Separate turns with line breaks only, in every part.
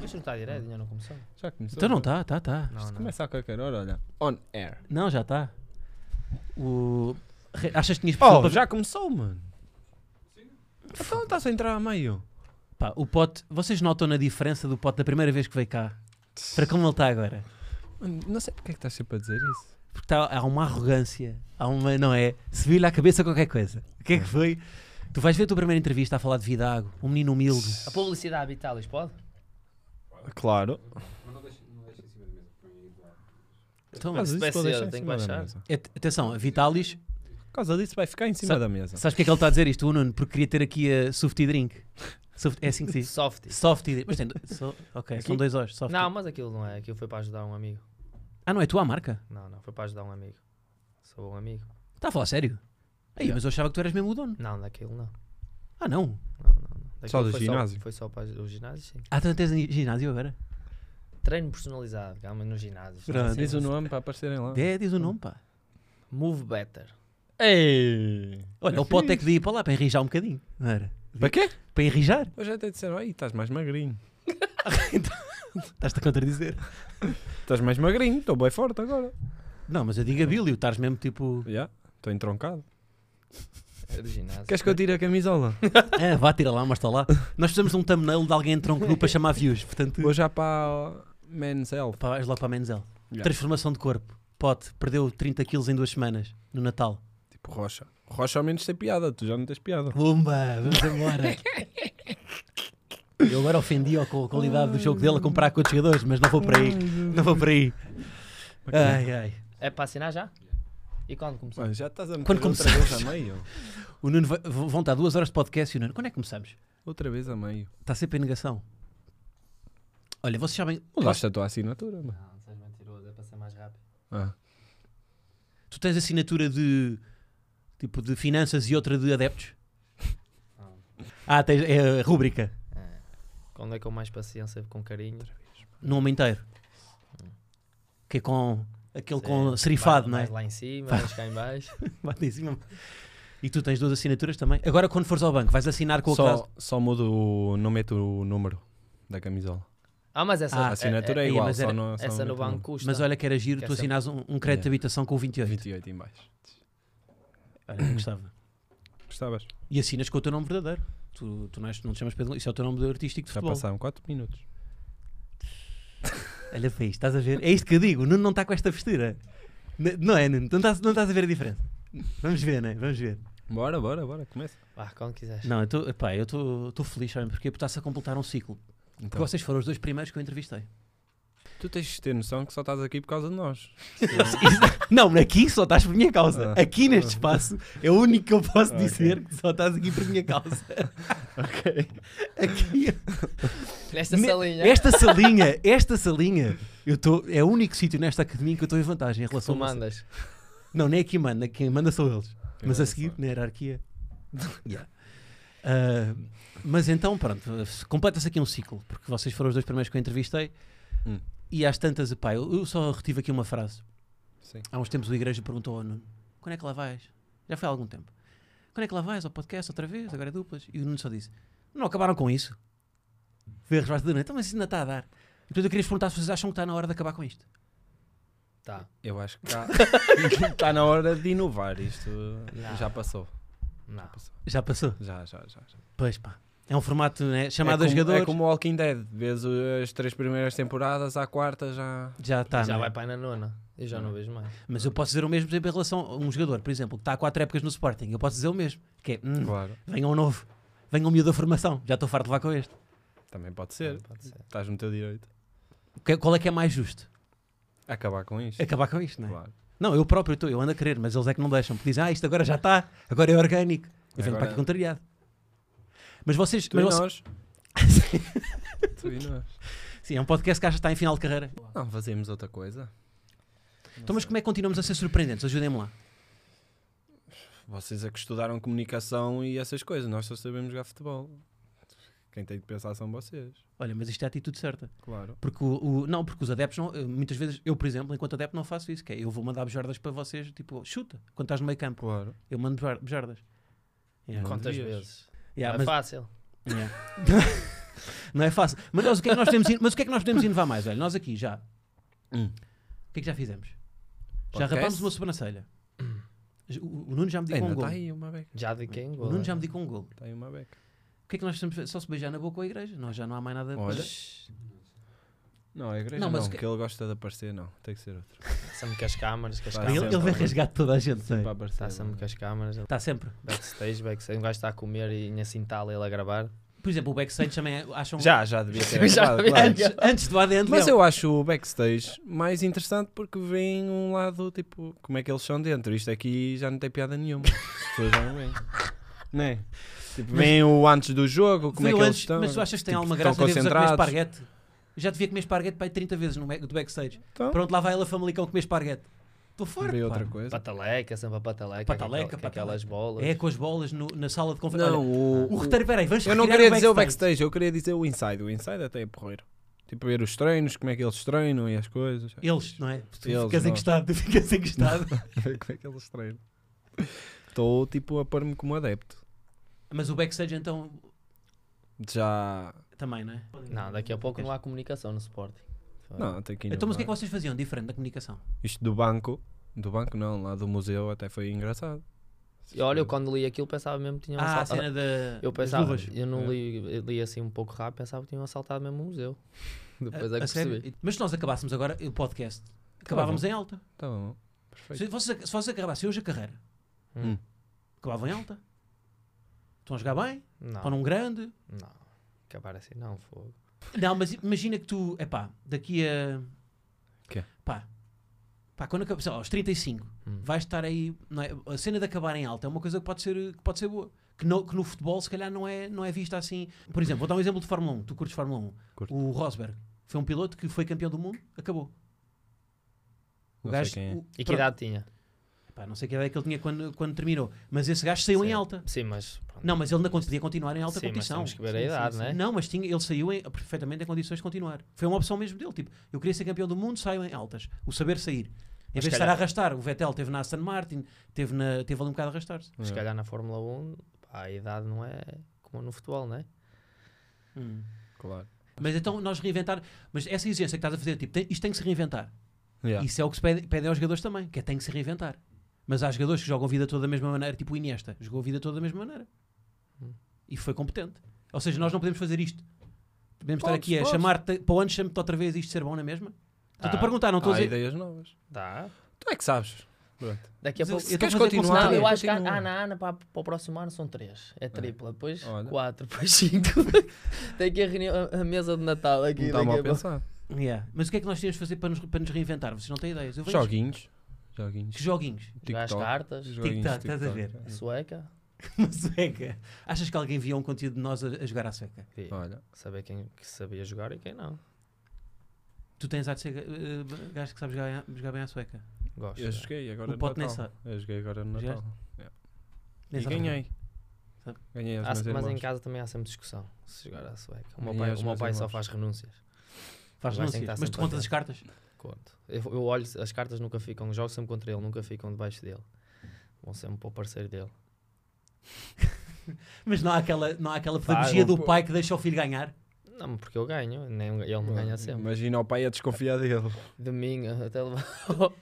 Mas não está direto, ainda não começou.
Já começou?
Então não está, está, está.
Não,
Isto
não.
começa a qualquer hora, olha. On air.
Não, já está. O... Re- Achas que tinhas
Oh,
para-
já começou, mano. Então está a entrar a meio.
Pá, o pote... Vocês notam na diferença do pote da primeira vez que veio cá? Para como ele está agora?
Mano, Não sei porque é que estás sempre a dizer isso.
Porque tá, há uma arrogância, há uma, não é? Se vir-lhe à cabeça qualquer coisa. O que é que foi? Tu vais ver a tua primeira entrevista a falar de Vidago, um menino humilde.
A publicidade Habitalis pode?
Claro.
Então,
Mas-
mas,
se
isso
tivesse
vou deixar
eu,
em
tenho
cima
que
da
baixar.
mesa.
atenção, a Vitalis,
Por causa disso vai ficar em cima
Sa-
da mesa.
sabes o que é que ele está a dizer isto, o Nuno? Porque queria ter aqui a Softy Drink. Soft- é assim que se diz.
Soft.
Softy Drink. Mas tem. do- so- ok,
Aqui?
são dois O's. Softy.
Não, mas aquilo não é. Aquilo foi para ajudar um amigo.
Ah, não é tua a marca?
Não, não. Foi para ajudar um amigo. Sou um amigo.
Está a falar sério? Aí, mas eu achava que tu eras mesmo o dono.
Não, daquilo não.
Ah, não.
não, não, não. Daquilo
Só do
foi
ginásio?
foi só para aj- o ginásio, sim.
Ah, então tens ginásio agora?
Treino personalizado, calma, no ginásio.
Pronto,
Não,
Diz
assim,
o nome para aparecerem lá.
É, diz o nome, pá.
Move Better.
Ei!
Olha, o pote é que devia ir para lá para enrijar um bocadinho. Não era?
Para quê?
Para enrijar?
Hoje até disseram, aí estás mais magrinho.
Estás-te a contradizer.
Estás mais magrinho, estou bem forte agora.
Não, mas eu digo a Bílio, estás mesmo tipo.
Já, estou entroncado.
É do ginásio.
Queres que eu tire a camisola?
Ah, vá, tira lá, mostra lá. Nós precisamos de um thumbnail de alguém em tronco nu para chamar views. Portanto,
Vou já para Men's Health.
pá, vais logo para a Menzel.
Já.
Transformação de corpo. Pote, perdeu 30 quilos em duas semanas no Natal.
Tipo Rocha. Rocha ao menos tem piada, tu já não tens piada.
Pumba, vamos embora. Eu agora ofendi-o com a qualidade do jogo dele a comparar com outros jogadores, mas não vou por aí. Não vou por aí. Ai, ai.
É para assinar já? E quando começou?
Mano, já estás a meter
Quando
outra
começares?
vez a meio.
O Nuno vai, v- vão estar duas horas de podcast e o Nuno. Quando é que começamos?
Outra vez a meio.
Está sempre em negação. Olha, vocês sabem.
Mudaste a tua assinatura, mano.
Não, não sejas mentiroso, é para ser mais rápido.
Ah.
Tu tens assinatura de tipo de finanças e outra de adeptos?
Não.
Ah, tens, é a rúbrica,
Quando é com mais paciência, com carinho.
no homem inteiro. Que é com aquele
Sim,
com
vai-
serifado, não é?
vais lá em cima, vais cá em baixo.
Bate em cima. E tu tens duas assinaturas também. Agora, quando fores ao banco, vais assinar com a
Só,
classe.
só mudo, o- não meto o número da camisola.
Ah, mas essa,
Ah,
A assinatura
é,
é,
é,
igual,
mas
só
era-
não- só
essa
não
no
meto o número.
banco custa.
Mas olha que era giro,
Que
tu
essa-
assinas um, um crédito de
Yeah.
habitação com o 28.
28 em baixo.
Olha, eu gostava.
Gostavas?
E assinas com o teu nome verdadeiro. Tu, tu não, és- não te chamas Pedro, Lima, isso é o teu nome de artístico de
Já
futebol.
passaram 4 minutos.
Olha para isto, estás a ver? É isto que eu digo, o Nuno não está com esta vestida. N- Não é, Nuno? Não estás, não estás a ver a diferença. Vamos ver, não é? Vamos ver.
Bora, bora, bora, começa.
Vá, quando quiseres.
Não, eu tô- epá, eu estou feliz, sabem porquê? Porque está-se a completar um ciclo. Porque
Então,
vocês foram os dois primeiros que eu entrevistei.
tu tens de ter noção que só estás aqui por causa de nós.
não, aqui só estás por minha causa.
Ah.
Aqui neste espaço é o único que eu posso
Ah, ok.
dizer que só estás aqui por minha causa.
ok.
Aqui,
Nesta
ne-
salinha.
Esta salinha, esta salinha, eu tô, é o único sítio nesta academia que eu estou em vantagem em relação
Tu
a vocês.
mandas.
Não, nem aqui manda, quem manda são eles. Mas a seguir, na hierarquia. Yeah. Ah, mas então, pronto, completa-se aqui um ciclo, porque vocês foram os dois primeiros que eu entrevistei.
Hum.
E às tantas, pá, eu, eu só retive aqui uma frase.
Sim.
Há uns tempos o Igreja perguntou ao Nuno: quando é que lá vais? Já foi há algum tempo. Quando é que lá vais ao podcast outra vez? Agora é duplas? E o Nuno só disse: não acabaram com isso. Foi a resposta do Nuno: então, mas isso ainda está a dar. Então eu queria perguntar se vocês acham que está na hora de acabar com isto.
Tá.
Eu acho que tá- está na hora de inovar. Isto
Não.
já passou.
Não.
Já passou.
Já, já, já. já.
Pois pá. É um formato né, chamado
é
a
como,
jogadores.
É como Walking Dead. Vês as três primeiras temporadas, à quarta já.
Já está.
já
né?
vai para aí na nona. Eu já não vejo mais.
Mas eu posso dizer o mesmo, por exemplo, em relação a um jogador, por exemplo, que está há quatro épocas no Sporting. Eu posso dizer o mesmo. Que é, hum,
Claro.
venha um novo. Venha um miúdo da formação. Já estou farto de levar com este.
Também pode
É.
ser.
Pode ser.
Estás no teu direito.
Que- Qual é que é mais justo?
Acabar com isto.
Acabar com isto, não é?
Claro.
Não, eu próprio estou, eu ando a querer, mas eles é que não deixam. Porque dizem, ah, isto agora já está, agora é orgânico. Eu venho
Agora-
para aqui contrariado. Mas vocês...
Tu
mas
e
vocês-
nós. tu e nós.
Sim, é um podcast que acha que está em final de carreira.
Não, fazemos outra coisa.
Então, mas como é que continuamos a ser surpreendentes? Ajudem-me lá.
Vocês é que estudaram comunicação e essas coisas. Nós só sabemos jogar futebol. Quem tem de pensar são vocês,
Olha, mas isto é a atitude certa.
claro.
Porque o, o- não, porque os adeptos não, eh, muitas vezes, eu, por exemplo, enquanto adepto não faço isso, que é eu vou mandar bejardas para vocês, tipo, chuta, quando estás no meio campo,
Claro.
eu mando bejar- bejardas. Yeah.
Quantas
dias.
vezes?
é Yeah,
é
mas-
fácil.
Yeah. não é fácil. Mas, nós, o que é que nós temos, mas o que é que nós podemos inovar mais, velho? Nós aqui já. O que é que já fizemos? Já
Hum. Podcast?
rapámos uma sobrancelha. O, o Nuno já me dedicou
Ainda
um gol.
está aí uma beca.
Já de quem?
O Nuno já me dedicou um gol.
Está aí uma beca.
O que é que nós temos? Só se beijar na boca com a igreja. Nós já não há mais nada. para-
Olha. Não, a igreja
Não,
não,
mas
mas
o que-
que ele gosta de aparecer, não. Tem que ser outro.
Está-me com as câmaras, com as
Vai
Ele,
câmaras.
ele vai
tá sempre.
rasgar de toda a gente. sei.
Para aparecer.
Está sempre
não é?
com as câmaras. ele-
Está sempre.
Backstage, backstage. Um gajo está a comer e em assim está ele a gravar.
Por exemplo, o backstage também é- acham.
Já, já devia ter.
Já
claro,
devia
claro.
ter.
Antes, antes do ADN,
Mas
Leão.
eu acho o backstage mais interessante porque vem um lado, tipo, como é que eles são dentro. Isto aqui já não tem piada nenhuma. As pessoas já não veem. Não é? Tipo, vem o antes do jogo, como
Foi
é que
o
eles
antes,
estão.
Mas tu achas que tem
Tipo,
alguma
estão
graça de comer
concentrados.
esparguete? Eu Já devia comer esparguete para aí 30 vezes no back- do backstage.
Então.
Pronto, lá vai ela Famalicão comer esparguete. Estou fora.
Vê
pá.
outra coisa.
Pataleca, sempre a pataleca.
é. Pataleca,
com aquela- com aquelas
pataleca.
bolas.
É com as bolas no- na sala de conferência.
Não,
Olha,
o,
o roteiro, peraí, vamos
Eu não
recriar
queria dizer o backstage, eu queria dizer o inside. O inside até é porreiro. Tipo, ver os treinos, como é que eles treinam e as coisas.
Eles, não é? Tu
Eles,
ficas
não.
encostado, tu ficas encostado.
Ver como é que eles treinam. Estou, tipo, a pôr-me como adepto.
Mas o backstage então
Já.
também, não é?
Não, daqui a pouco não há comunicação no Sporting.
Não, até aqui não.
Então, mas o que é
há.
que vocês faziam diferente da comunicação?
Isto do banco, do banco não, lá do museu até foi engraçado.
E olha, eu quando li aquilo pensava mesmo que tinham
Ah, a
assaltado.
cena da.
Eu
das
pensava,
luvas.
eu não
É.
li, eu li assim um pouco rápido, pensava que tinham assaltado mesmo o museu. Depois
A-
é
a
que
sério?
percebi.
Mas se nós acabássemos agora o podcast, acabávamos
bom.
em alta.
Tá bom,
Se
perfeito.
vocês, se vocês acabassem hoje a carreira,
Hum.
acabavam em alta. Estão a jogar bem? Estão
Ah.
Não,
num grande?
não. Acabar assim, não, fogo.
Não, mas imagina que tu, epá, daqui a.
Quê?
Pá, pá quando acabas, aos 35,
Hum.
vais estar aí. Não é? A cena de acabar em alta é uma coisa que pode ser, que pode ser boa. Que no, que no futebol, se calhar, não é, não é vista assim. Por exemplo, vou dar um exemplo de Fórmula 1. Tu curtes Fórmula 1?
Curto.
O Rosberg foi um piloto que foi campeão do mundo, acabou.
Não sei
O gajo.
quem é.
o-
E que
pronto.
idade tinha?
Pá, não sei que ideia que ele tinha quando, quando terminou. Mas esse gajo saiu em
Sim.
alta.
Sim, mas. pronto.
Não, mas ele ainda podia continuar em alta
Sim, mas
competição.
temos que ver a idade, né?
Não, mas tinha, ele saiu em- perfeitamente em condições de continuar. Foi uma opção mesmo dele. Tipo, eu queria ser campeão do mundo, saio em altas. O saber sair. Em
Mas
vez de estar
calhar-
a arrastar, o Vettel teve na Aston Martin, teve, na, teve ali um bocado a arrastar-se.
Se
É.
calhar na Fórmula 1, pá, a idade não é como no futebol, né? Hum.
Claro.
Mas então nós reinventar. Mas essa exigência que estás a fazer, tipo, tem- isto tem que se reinventar.
Yeah.
Isso é o que se pede, pedem aos jogadores também, que é tem que se reinventar. Mas há jogadores que jogam a vida toda da mesma maneira, tipo o Iniesta, jogou a vida toda da mesma maneira.
Hum.
E foi competente. Ou seja, nós não podemos fazer isto. Podemos estar
Podes,
aqui a
podes.
chamar-te para o ano, chame-te outra vez isto ser bom na mesma? Estou-te a
Ah,
perguntar, não estou a
Há
dizer.
ideias novas.
Dá.
Tu é que sabes. Pronto.
Daqui a
Mas
pouco.
eu- um.
Se queres
estou a fazer
continuar,
Não, eu
consulta.
acho que há
continua.
há na Ana para, para o próximo ano são três. É tripla. Depois
Olha.
quatro, depois cinco. Tem aqui a, reunião, a, a mesa de Natal
Não
aqui.
está mal
daqui a
a
pouco.
pensar.
Yeah. Mas o que é que nós temos de fazer para nos, para nos reinventar? Vocês não têm ideias. Eu vejo
Joguinhos. Joguinhos.
que joguinhos.
Jogar as
TikTok.
cartas,
Joguinhos
Tic-tac, estás a
TikTok.
a sueca.
Uma sueca. Achas que alguém via um conteúdo de nós a, a jogar à sueca?
Vi.
Olha,
Saber quem que sabia jogar e quem não.
Tu tens a de ser eh, gajo que sabe jogar, jogar bem à sueca.
Gosto. né?
eu joguei agora
O pote
no
nem
Natal. Eu joguei agora no
Jogaste?
Natal.
Nem
E
sabes jogar.
ganhei.
Sabe?
Ganhei
Há-
as
mas
minhas irmãs.
em casa também há sempre discussão. Se jogar à sueca. O meu
E
pai,
aos
o meu
é meus
pai só
irmãos.
faz renúncias.
Faz
Vai
renúncias.
sentar
Mas
sempre
tu
a
contas
jogar.
as cartas?
Conto. Eu, eu olho, as cartas nunca ficam, jogo sempre contra ele, nunca ficam debaixo dele. Vão sempre para o parceiro dele.
Mas não há aquela, não há aquela
Pá,
pedagogia
não
do pai que deixa o filho ganhar?
Não, porque eu ganho, nem, um ele me ganha sempre.
Imagina o pai a desconfiar dele.
De mim, até levar.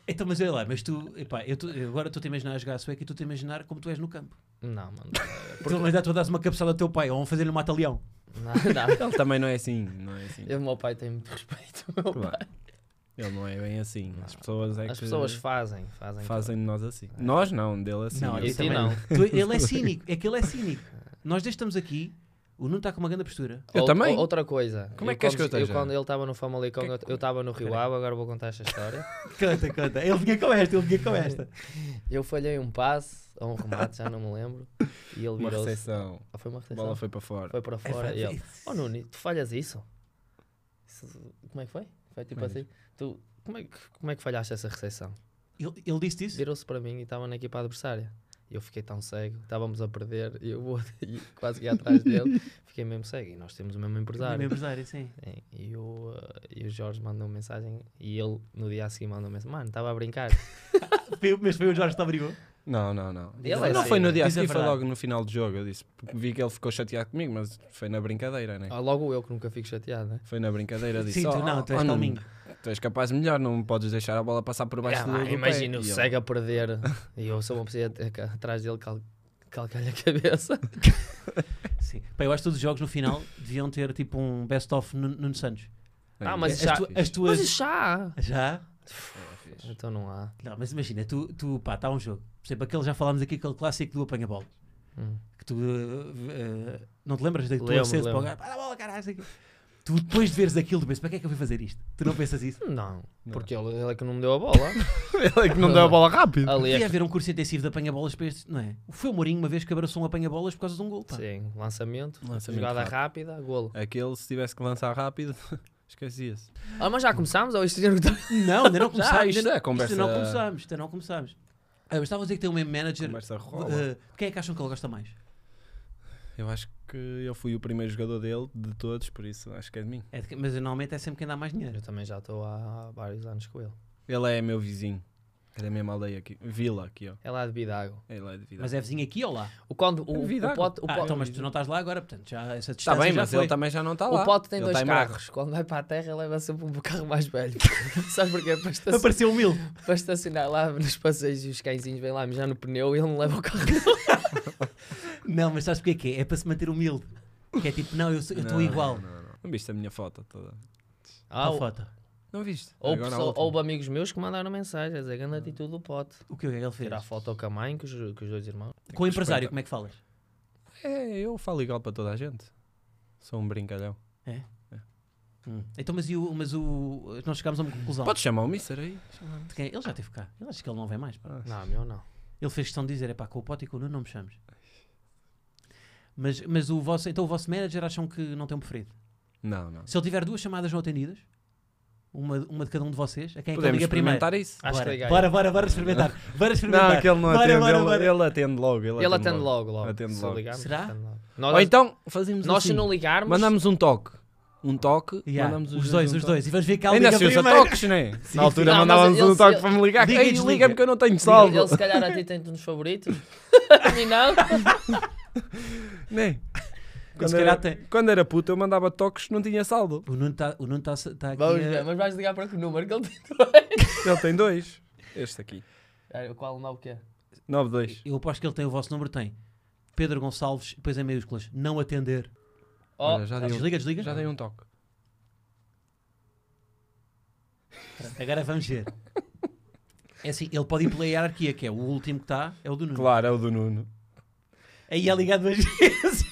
Então, mas olha lá, mas tu, epá, eu tô- eu agora estou-te a imaginar a jogar a sueca e tu te a imaginar como tu és no campo.
Não, mano.
Porque... Mas dá tu a dar uma cabeçada ao teu pai ou a fazer-lhe um matalhão.
Não, não.
Ele também não é assim, não é assim.
Eu, meu pai tem muito respeito. meu
Claro.
pai.
Ele não é bem assim. As
Não.
pessoas é
As
que
pessoas fazem, fazem.
fazem de nós assim.
É.
Nós não, dele assim.
Não,
tudo.
olha,
E
isso
a ti
também
não.
Tu- ele é cínico, é que ele é cínico. Nós desde estamos aqui, o Nuno está com uma grande postura.
Eu
Ou-
também.
ou- Outra coisa.
Como é que queres
quando-
que eu esteja?
quando ele estava no Famalicão,
Que-
eu- eu estava no Rio
Peraí.
Ave, agora vou contar esta história.
Conta, conta. Ele vinha com esta, ele vinha com
esta. Eu falhei um passe, ou um remate, já não me lembro. E ele
Uma
virou-se.
recepção.
Ah, Foi uma
A
recepção.
bola foi para fora.
Foi
É
para fora e ele. Oh Nuno, tu falhas isso? Isso- Como é que foi? Foi tipo
Como é que
assim. Tu, como, é que, como é que falhaste essa recepção?
Ele, ele disse isso?
Virou-se para mim e estava na equipa adversária. Eu fiquei tão cego, estávamos a perder e eu vou e quase ia atrás dele. Fiquei mesmo cego e nós temos o mesmo
Meu
empresário.
empresário, sim.
É, E, eu, ah, e o Jorge mandou uma mensagem e ele no dia a seguir mandou uma mensagem: Mano, estava a brincar.
Foi- Mas foi o Jorge que te obrigou.
Não, não, não.
Ele é
não
assim,
foi no
né?
dia a
Diz a
seguir, foi
verdade.
logo no final do jogo. Eu disse, porque vi que ele ficou chateado comigo, mas foi na brincadeira, né?
Ah, logo eu que nunca fico chateado, né?
Foi na brincadeira. eu Disse,
Sim, tu
"Oh,
não, tu és
oh, Nuno,
calminho.
Tu és capaz de melhor, não podes deixar a bola passar por baixo
Ah,
do,
mãe,
do pé."
imagina o
E ele,
cego a perder e eu sou uma pessoa at- at- atrás dele cal, calcar-lhe a cabeça.
Sim. Pá, eu acho que todos os jogos no final deviam ter tipo um best-of Nuno Nuno Santos.
Ah, mas
as,
já-
tu- as
Mas
tuas.
isso já!
Já?
é fixe.
Então não há.
Não, mas imagina, tu, tu pá, está um jogo. Por exemplo, aquele já falámos aqui, aquele clássico do apanha-bola.
Hum.
Que tu. eh, eh, não te lembras de que tu
Lembro,
acedes para o
lembro.
gajo, "Pá, dá bola, caralho, sei o quê." Tu depois de veres aquilo, tu pensas, para que é que eu fui fazer isto? Tu não pensas isso?
Não,
Não.
porque ele, ele é que não me deu a bola.
Ele é que não deu a bola rápido.
Ali é
Devia
que,
haver um curso intensivo de apanha-bolas para estes, não é? Foi o Mourinho uma vez que abraçou um apanha-bolas por causa de um gol, pá.
sim, lançamento,
Lançamento
jogada
rápido.
rápida, golo.
Aquele, se tivesse que lançar rápido, esquecia-se.
Ah, mas já começámos? Ou isto Ah, ainda não está?
Não, ainda não começámos.
isto é conversa-
Isto ainda não começámos, isto ainda não começámos. Ah, mas estava a dizer que tem um meme manager.
Conversa rola.
eh, quem é que acham que ele gosta mais?
Eu acho que eu fui o primeiro jogador dele, de todos, por isso acho que é de mim.
É de que- mas normalmente é sempre quem dá mais dinheiro.
Eu também já estou há vários anos com ele.
Ele é meu vizinho. É da mesma aldeia aqui. Vila aqui, ó.
É lá de Bidago.
Ele é de vida.
Mas é vizinho aqui ou lá?
O, quando, o,
É
o,
Bidago.
pote, o,
ah,
pote-
então, mas tu não tá estás lá agora, portanto, já essa
Está
distância
Tá bem,
já
mas
foi.
ele também já não está lá.
o pote tem
Ele
dois
está em Braga.
carros. Quando vai para a terra, leva sempre um carro mais velho. Sabes porquê? Para
tá-
estacionar,
Apareceu humilde.
para estacionar lá nos passeios e os cãezinhos vêm lá mijar no pneu e ele não leva o carro.
Não, mas sabes porquê que é? É para se manter humilde. Que é tipo, não, eu sou- eu estou
Não,
igual.
Não, não, não. Não viste a minha foto toda.
Ah,
Qual
ou,
foto.
Não viste?
ou,
Agora a
pessoa-
última.
ou amigos meus que mandaram mensagens. A
Ah.
grande atitude do pote.
O que é que ele fez?
Tirar foto com a mãe, com os, com os dois irmãos.
Com o
respeitar.
empresário, como é que falas?
É, eu falo igual para toda a gente. Sou um brincalhão.
Hum. Então, mas, e o, mas o, nós chegámos a uma conclusão.
Podes chamar o Mister aí?
De quem? Ele já esteve cá. Eu acho que ele não vem mais. pá.
Não, meu não.
Ele fez questão de dizer: é pá, com o Pote e com o Nuno não me chames. Mas, mas o vosso, então o vosso manager acham que não tem um preferido?
Não, não.
Se ele tiver duas chamadas não atendidas, uma, uma de cada um de vocês, a quem é que ele
Podemos
liga primeiro?
experimentar isso.
Acho que
Bora,
liga
bora, bora, bora experimentar. Bora experimentar.
Não, aquele não
Bora,
atende.
bora,
ele,
bora.
ele atende logo. Ele,
Ele, atende logo, logo.
Atende
Se
logo.
ligarmos,
Será?
atende logo.
Ou
Nós,
então fazemos
nós
assim.
se não ligarmos,
Mandamos um toque. Um toque.
Yeah,
Mandamos
os dois,
um
os
toque.
dois. E vamos ver que alguém
Ainda se
liga
usa
primeiro.
toques, né?
Sim.
Na altura
Não, mas
mandávamos
ele-
um toque
ele-
para me ligar.
Liga e
Ei,
desliga.
liga-me que eu não tenho saldo.
ele, ele se calhar a ti tem nos favoritos. a mim não.
Né?
Se
Quando,
calhar
era,
tem-
quando era puto, eu mandava toques, não tinha saldo.
O Nuno está tá, tá aqui.
Vamos
a-
ver, mas vais ligar para que número que ele tem
Ele tem dois. Este aqui.
também. Qual não É, o quê?
9-2.
Eu aposto que ele tem o vosso número, tem. Pedro Gonçalves, depois em maiúsculas, não atender.
Oh,
Olha, já dei um-
Desliga, desliga.
já dei um toque.
Agora vamos ver. É assim, ele pode ir pela hierarquia, que é o último que está, é o do Nuno.
Claro, é o do Nuno.
Aí é ligado duas vezes.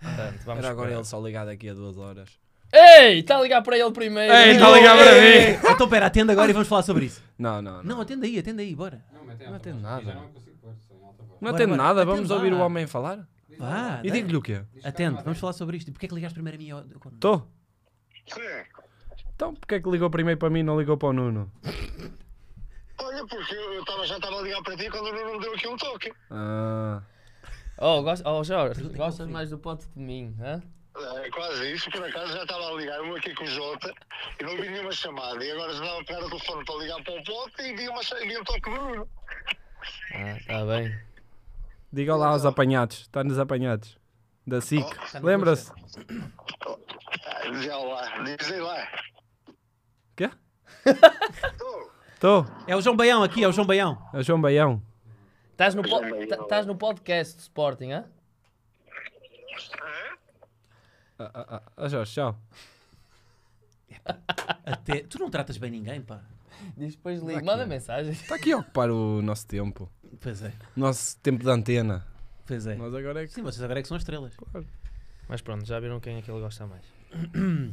portanto, vamos
Era agora
para-
ele só ligado aqui a duas horas.
Ei, está a ligar para ele primeiro.
Ei, está a
Não,
ligar para
ei. tá
mim.
Então pera, atende agora e vamos falar sobre isso.
Não, não, não.
Não, atende aí, atende aí, bora.
Não, mas tem
Não
alta
atendo
voz.
nada.
Eu já não consigo pôr sem alta voz.
Não
Bora,
atende
bora.
nada,
Atende
vamos
lá.
ouvir o homem falar.
Diz lá.
Vá,
E
dá.
digo-lhe o quê?
Diz que
Atende,
calma,
vamos
dá.
falar sobre isto. E porquê é que ligaste primeiro a mim? ao- ao-
Estou.
Sim.
Então, porque é que ligou primeiro para mim e não ligou para o Nuno?
Olha, porque eu tava, já estava a ligar para ti quando o Nuno me deu aqui um toque.
Ah,
Oh, gosto, oh Jorge,
Pergunta
gostas
qual
mais do pote que de mim? hã?
É quase isso, por acaso já estava a ligar eu aqui com o Jota e não vi nenhuma chamada. E agora já estava a pegar o telefone para ligar para o pote e vi, uma, cha- e vi um toque do Nuno.
Ah, está bem.
diga lá aos apanhados. Está nos apanhados. Da SIC.
Oh, tá
Lembra-se?
Ah, Dizia lá, dizem lá.
Quê?
Tô.
Estou.
É o João Baião aqui, é o João Baião.
É o João Baião.
Estás no, po-
Já me-
tá- estás no podcast do Sporting, hã?
Ah, ah, ah, ah, Jorge, tchau.
Até... Tu não tratas bem ninguém, pá.
Diz depois liga. Manda mensagem.
Está Tá aqui a ocupar o nosso tempo.
Pois é,
Nosso tempo de antena.
pois é.
Nós agora é que.
Sim, vocês agora é que são estrelas.
Mas pronto, já viram quem é que ele gosta mais.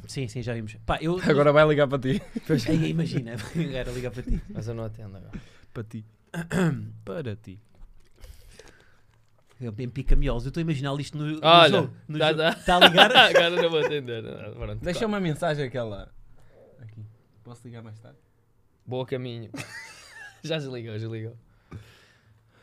Sim, sim, já vimos. Pá, eu...
Agora vai ligar para ti.
Aí, imagina, agora ligar para ti.
Mas eu não atendo agora.
Para ti. Para ti.
Eu bem pica miolos. Eu estou a imaginar isto no, no
Olha,
jogo. No
tá-
jogo.
tá.
Está a ligar?
agora não vou atender. Ah, Pronto,
Deixa uma mensagem aquela. Aqui. Posso ligar mais tarde?
Boa caminho. Já desligou, desligou.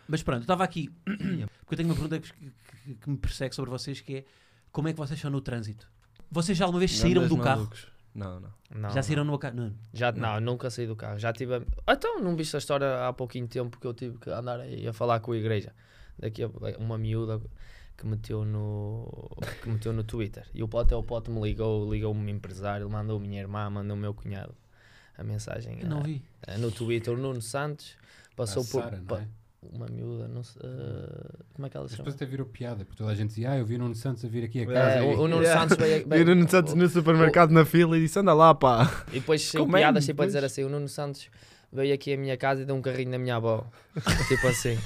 Mas pronto, eu estava aqui. Porque eu tenho uma pergunta que, que- que me persegue sobre vocês que é como é que vocês são no trânsito? Vocês já alguma vez saíram
Andas
do carro?
malucos. Não, não.
Não,
já
não.
saíram no carro? Não.
Já, não, nunca saí do carro. Já tive. a- Então, não viste a história há pouquinho tempo que eu tive que andar aí a falar com a igreja. Daqui a uma miúda que meteu no que meteu no Twitter. E o pote é o pote me ligou, ligou-me um empresário, mandou-me minha irmã, mandou o meu cunhado a mensagem.
Eu não
ah,
vi.
ah, no Twitter, o Nuno Santos passou
A
por
Sara, não
pa-
é?
uma miúda, não sei, ah, como é que ela
Mas
se
depois
chama?
até virou piada, porque toda a gente dizia, ah, eu vi o Nuno Santos a vir aqui a casa.
É,
e-
o, o Nuno
Yeah.
Santos veio,
Eu
veio-
no Santos no supermercado na fila e disse: anda lá, pá.
E depois sem
Comendo,
piadas, tipo a
é? pois.
dizer assim, o Nuno Santos veio aqui à minha casa e deu um carrinho na minha avó. tipo assim.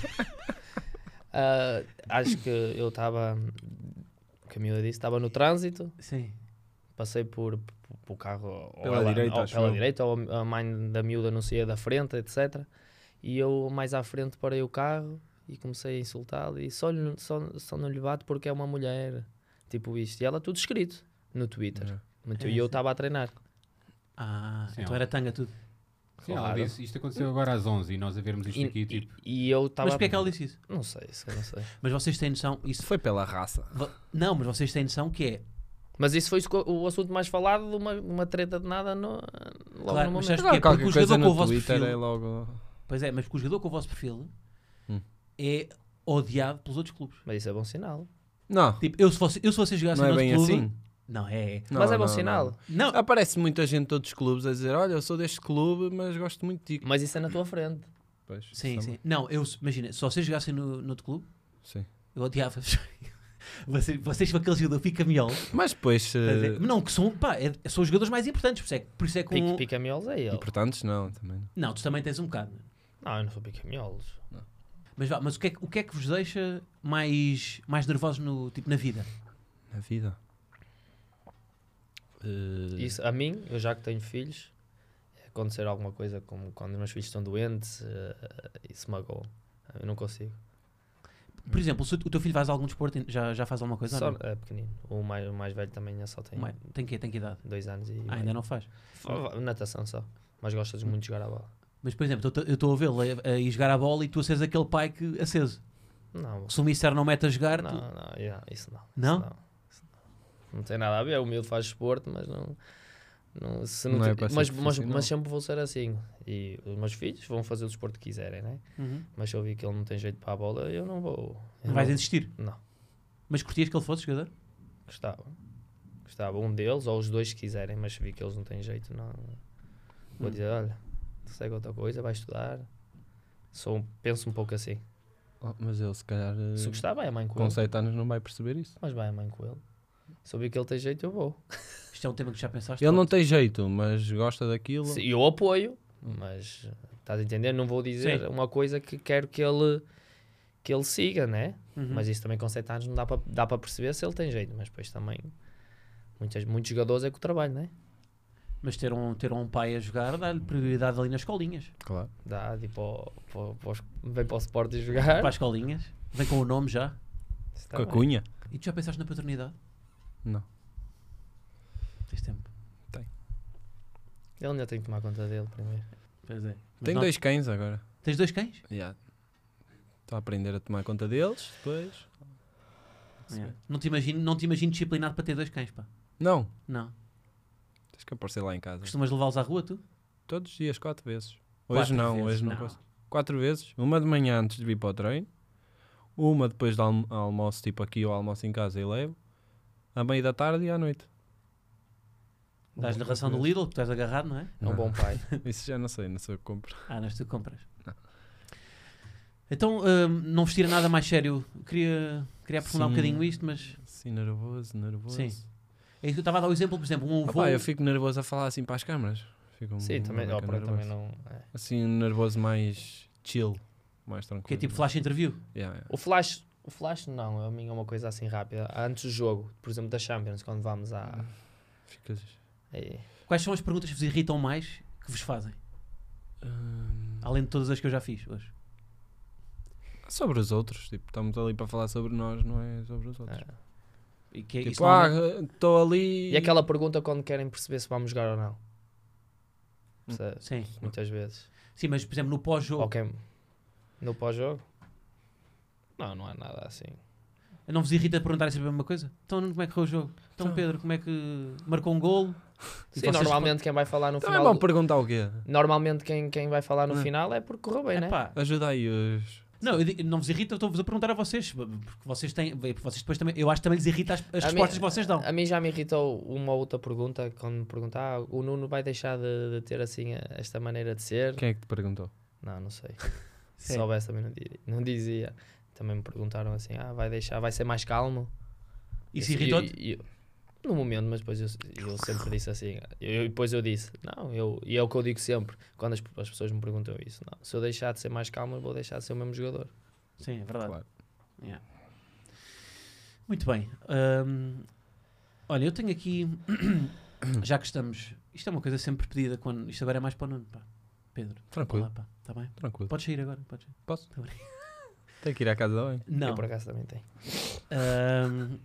Ah, acho que eu estava, como eu disse, estava no trânsito,
Sim.
passei por, por, por carro ou
Pela
ela-
direita,
ou,
acho
pela
eu.
direita, ou a mãe da miúda não saía da frente, etc. E eu mais à frente parei o carro e comecei a insultá-lo e só, lhe- só, só não lhe bato porque é uma mulher. Tipo isto. E ela tudo escrito no Twitter.
É.
Muito- e eu estava a treinar.
Ah,
Sim,
então
ó.
era tanga tudo.
Sim, ela
Claro.
disse, isto aconteceu agora às 11 e nós a vermos isto
E,
aqui, tipo,
e- e eu estava.
Mas porquê é que ela disse isso?
Não sei, isso eu não sei.
Mas vocês têm noção, isso
Foi pela raça.
vo- Não, mas vocês têm noção que é.
Mas isso foi isso que o- o assunto mais falado de uma, uma treta de nada no, logo
Claro,
no
mas
momento.
sabes porquê? Porque o jogador com o vosso perfil.
é logo.
Pois é, mas porque o jogador com o vosso perfil
Hum.
é odiado pelos outros clubes.
Mas isso é bom sinal.
Não,
Tipo, eu se, fosse, eu se vocês jogassem
não é
no
bem
outro clube.
assim. Ah,
Não, é. é.
mas é bom
não,
sinal.
não.
Não,
Aparece muita gente de outros clubes a dizer: olha, eu sou deste clube, mas gosto muito de ti.
Mas isso é na tua frente.
Pois, é
sim,
sabe?
sim. Não, eu imagina, se vocês jogassem no, no outro clube,
Sim.
eu odiava-vos. Vocês, vocês com aquele jogador fica melhor. tá
Mas depois. eh,
Não, que são, pá, é- são os jogadores mais importantes, por isso é, que- por isso é que um-
Pique, pica-miolos é ele.
Importantes não, também não.
Não, tu também tens um bocado. né?
Não, eu não sou pica-miolos.
Mas vá, mas o que é, que- o que, é que vos deixa mais, mais nervosos no, tipo, na vida?
Na vida. Eh,
Isso, a mim, eu já que tenho filhos, é acontecer alguma coisa como quando os meus filhos estão doentes, eh, isso magoa. Eu não consigo.
Por exemplo, se o teu filho faz algum desporto, já, já faz alguma coisa?
Só,
ou não?
é pequenino. O mais, o mais velho também é só tem
Ué, Tem que tem que idade?
dois anos e.
Ah, ainda não Hum. faz.
não. Natação só. Mas gostas muito de jogar à bola.
Mas, por exemplo, eu tô- eu estou a vê-lo a- a ir jogar a bola e tu a seres aquele pai que aceso.
Não,
Se o Mister não mete a jogar,
Não,
tu-
não, yeah, isso não.
Não?
Isso não, isso não. Não tem nada a ver. O miúdo faz esporte, mas não. não, se não
Não é
tem-
para ser
mas, mas,
profissional.
mas sempre vou ser assim. E os meus filhos vão fazer o desporto que quiserem, né?
Uhum.
Mas se eu vi que ele não tem jeito para a bola, eu não vou. eu
não vais insistir.
Não.
Mas curtias que ele fosse jogador?
Gostava. Gostava um deles ou os dois se quiserem, mas se vi que eles não têm jeito, não. Vou
Hum.
dizer, olha, segue outra coisa, vai estudar. Sou, penso um pouco assim.
oh, mas ele, se calhar, eh,
Se gostar, vai a mãe com
com
ele.
7 anos não vai perceber isso.
Mas vai a mãe com ele. Se eu vi que ele tem jeito, eu vou.
Isto é um tema que já pensaste?
Ele não tem jeito, mas gosta daquilo.
Sim, eu apoio, mas estás a entender? Não vou dizer
Sim.
uma coisa que quero que ele, que ele siga, né?
Uhum.
Mas isso também com 7 anos não dá para dá para perceber se ele tem jeito, mas depois também muitas, muitos jogadores é que o trabalho, né?
Mas ter um, ter um pai a jogar dá-lhe prioridade ali nas escolinhas.
Claro.
Dá tipo para, vem para o Sporting jogar.
Para as escolinhas. Vem com o nome já.
Isso tá
Com a
bem.
cunha.
E tu já pensaste na paternidade?
Não.
Tens tempo.
Ele ainda tem que tomar conta dele primeiro.
Pois é. Mas
Tem
não-
dois cães agora.
Tens dois cães?
Estou a aprender a tomar conta deles, depois.
É. Não, te imagino, não te imagino disciplinado para ter dois cães, pá.
Não,
Não.
tens que aparecer lá em casa.
Costumas levá-los à rua, tu?
Todos os dias, quatro vezes. Hoje
Quatro
não,
vezes,
hoje não, consigo. Quatro vezes. Uma de manhã antes de vir para o treino. Uma depois do almo- almoço, tipo aqui, ou almoço em casa e levo. À meia da tarde e à noite.
Dás-lhe ração do Lidl, que tu estás agarrado, não é?
É um bom pai.
Isso já não sei, não sei o que compro.
Ah, nas tu compras. Então, hum, não vestir nada mais sério. Queria, queria aprofundar um
Sim.
bocadinho isto, mas
Assim, nervoso, nervoso.
Sim. é isso que eu estava a dar o exemplo, por exemplo, um
Opa,
voo.
Ah, eu fico nervoso a falar assim para as câmaras. Fico um-
Sim,
um
também, ó,
maluco
pronto, também
nervoso.
não. é.
Assim, um nervoso mais chill, mais tranquilo.
Que é tipo flash interview.
Yeah, yeah.
O flash, o flash não, a mim é uma coisa assim rápida. Antes do jogo, por exemplo, da Champions, quando vamos à. é,
Ficas.
aí-
Quais são as perguntas que vos irritam mais que vos fazem?
hum,
Além de todas as que eu já fiz hoje.
sobre os outros. Tipo, estamos ali para falar sobre nós, não é sobre os outros.
É.
E que é- isso
Tipo,
não
ah,
é-
estou ali.
E aquela pergunta quando querem perceber se vamos jogar ou não. percebes?
Sim.
Muitas vezes.
Sim, mas por exemplo, no pós-jogo,
Ok. No pós-jogo? Não, não há nada assim.
não vos irrita perguntarem sempre a mesma coisa? Então, Nuno, como é que foi o jogo? Então, Pedro, como é que marcou um golo? E
Sim,
vocês
normalmente quem vai falar no
Também é
final.
bom perguntar o quê?
Normalmente quem, quem vai falar no
Hum.
final é porque correu bem,
respondem-
né?
Epá,
Ajuda aí os.
Não, eu digo- não vos irrita, eu estou-vos a perguntar a vocês, porque vocês têm. porque Vocês depois também, eu acho que também lhes irrita as, as
A mim-
respostas que vocês dão.
A mim já me irritou uma outra pergunta quando me perguntam: ah, o Nuno vai deixar de, de ter assim a- esta maneira de ser?
Quem é que te perguntou?
Não, não sei. Se
Sim.
soubesse também não diria- não dizia. Também me perguntaram assim: ah, vai deixar, vai ser mais calmo?
Isso
Eu-
irritou-te?
eu- eu- No momento, mas depois eu, eu sempre disse assim. Eu, eu- depois eu disse, não, eu, e é o que eu digo sempre, quando as, as pessoas me perguntam isso. Não, se eu deixar de ser mais calmo, eu vou deixar de ser o mesmo jogador.
Sim, é verdade.
Claro.
Yeah. Muito bem. Ahm, olha, eu tenho aqui. já que estamos. Isto é uma coisa sempre pedida quando. Isto agora é mais para o Nuno, pá. Pedro.
Tranquilo.
Olá, pá. Tá bem?
Tranquilo.
Podes sair agora, podes. sair.
Posso?
Tá bem.
Tem que ir à casa da banho.
Eu
Não.
por acaso também tenho.
Ahm,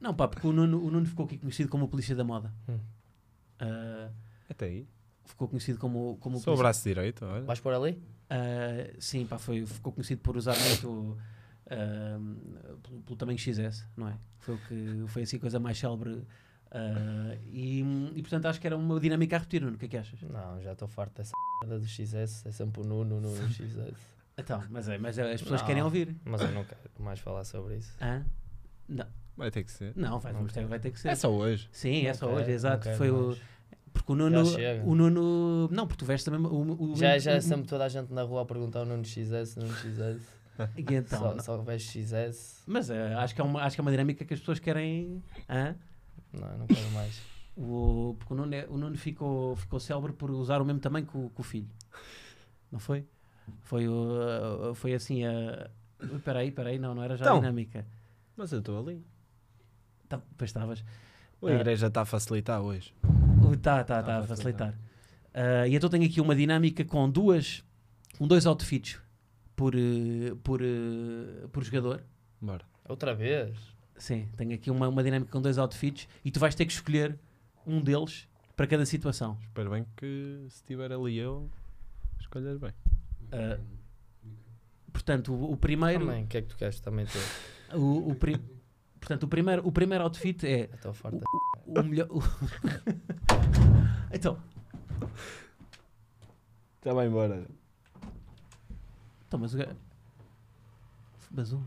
não, pá, porque o Nuno, o Nuno ficou aqui conhecido como o polícia da moda.
Hum.
Ah,
Até aí.
ficou conhecido como, como o
Sou o
polícia-
braço direito, olha.
Vais pôr ali?
Ah, sim, pá, foi, ficou conhecido por usar muito ah, pelo, pelo tamanho XS, não é? Foi, o que, foi assim a coisa mais célebre. ah, e, e, portanto acho que era uma dinâmica a repetir, Nuno. O que é que achas?
Não, já estou farto dessa merda do XS, é sempre o Nuno, Nuno XS.
Então, mas, é, mas é- as pessoas
Não.
querem ouvir.
Mas eu não quero mais falar sobre isso.
Hã?
Vai ter que ser.
Não, vai,
Não
vamos ter-
quero.
vai ter que ser.
É só hoje.
Sim, é
Não
só
quero,
hoje,
não
exato.
quero
Foi o,
mais.
porque o Nuno,
chega.
o Nuno. Não, porque tu vestes também. O, o,
Já, já é
o-
sempre toda a gente na rua a perguntar o Nuno XS, Nuno XS.
e então,
só,
não.
só vejo XS.
Mas é, acho, que é uma, acho que é uma dinâmica que as pessoas querem. hã?
Não, não quero mais.
O, porque o Nuno, é- o Nuno ficou, ficou célebre por usar o mesmo tamanho que o, que o filho. Não foi? Foi, o, foi assim a. Espera aí, espera aí, não, não era já
Então.
a dinâmica.
Mas eu estou ali.
Tá, pois estavas.
A
É.
Ah.
igreja está a facilitar hoje.
Está, está, está tá, a facilitar. Ah, e então tenho aqui uma dinâmica com duas. Com dois outfits por, eh, por, eh, por jogador.
Bora.
Outra vez?
Sim, tenho aqui uma, uma dinâmica com dois outfits e tu vais ter que escolher um deles para cada situação.
Espero bem que se estiver ali eu, escolhas bem.
Ah, portanto, o, o primeiro.
Também, o que é que tu queres também ter?
O, o pri- Portanto, o primeiro, o primeiro outfit é
Eu Estou farto.
o melhor. o- então,
Está bem, bora.
então, mas o ga- Mas um.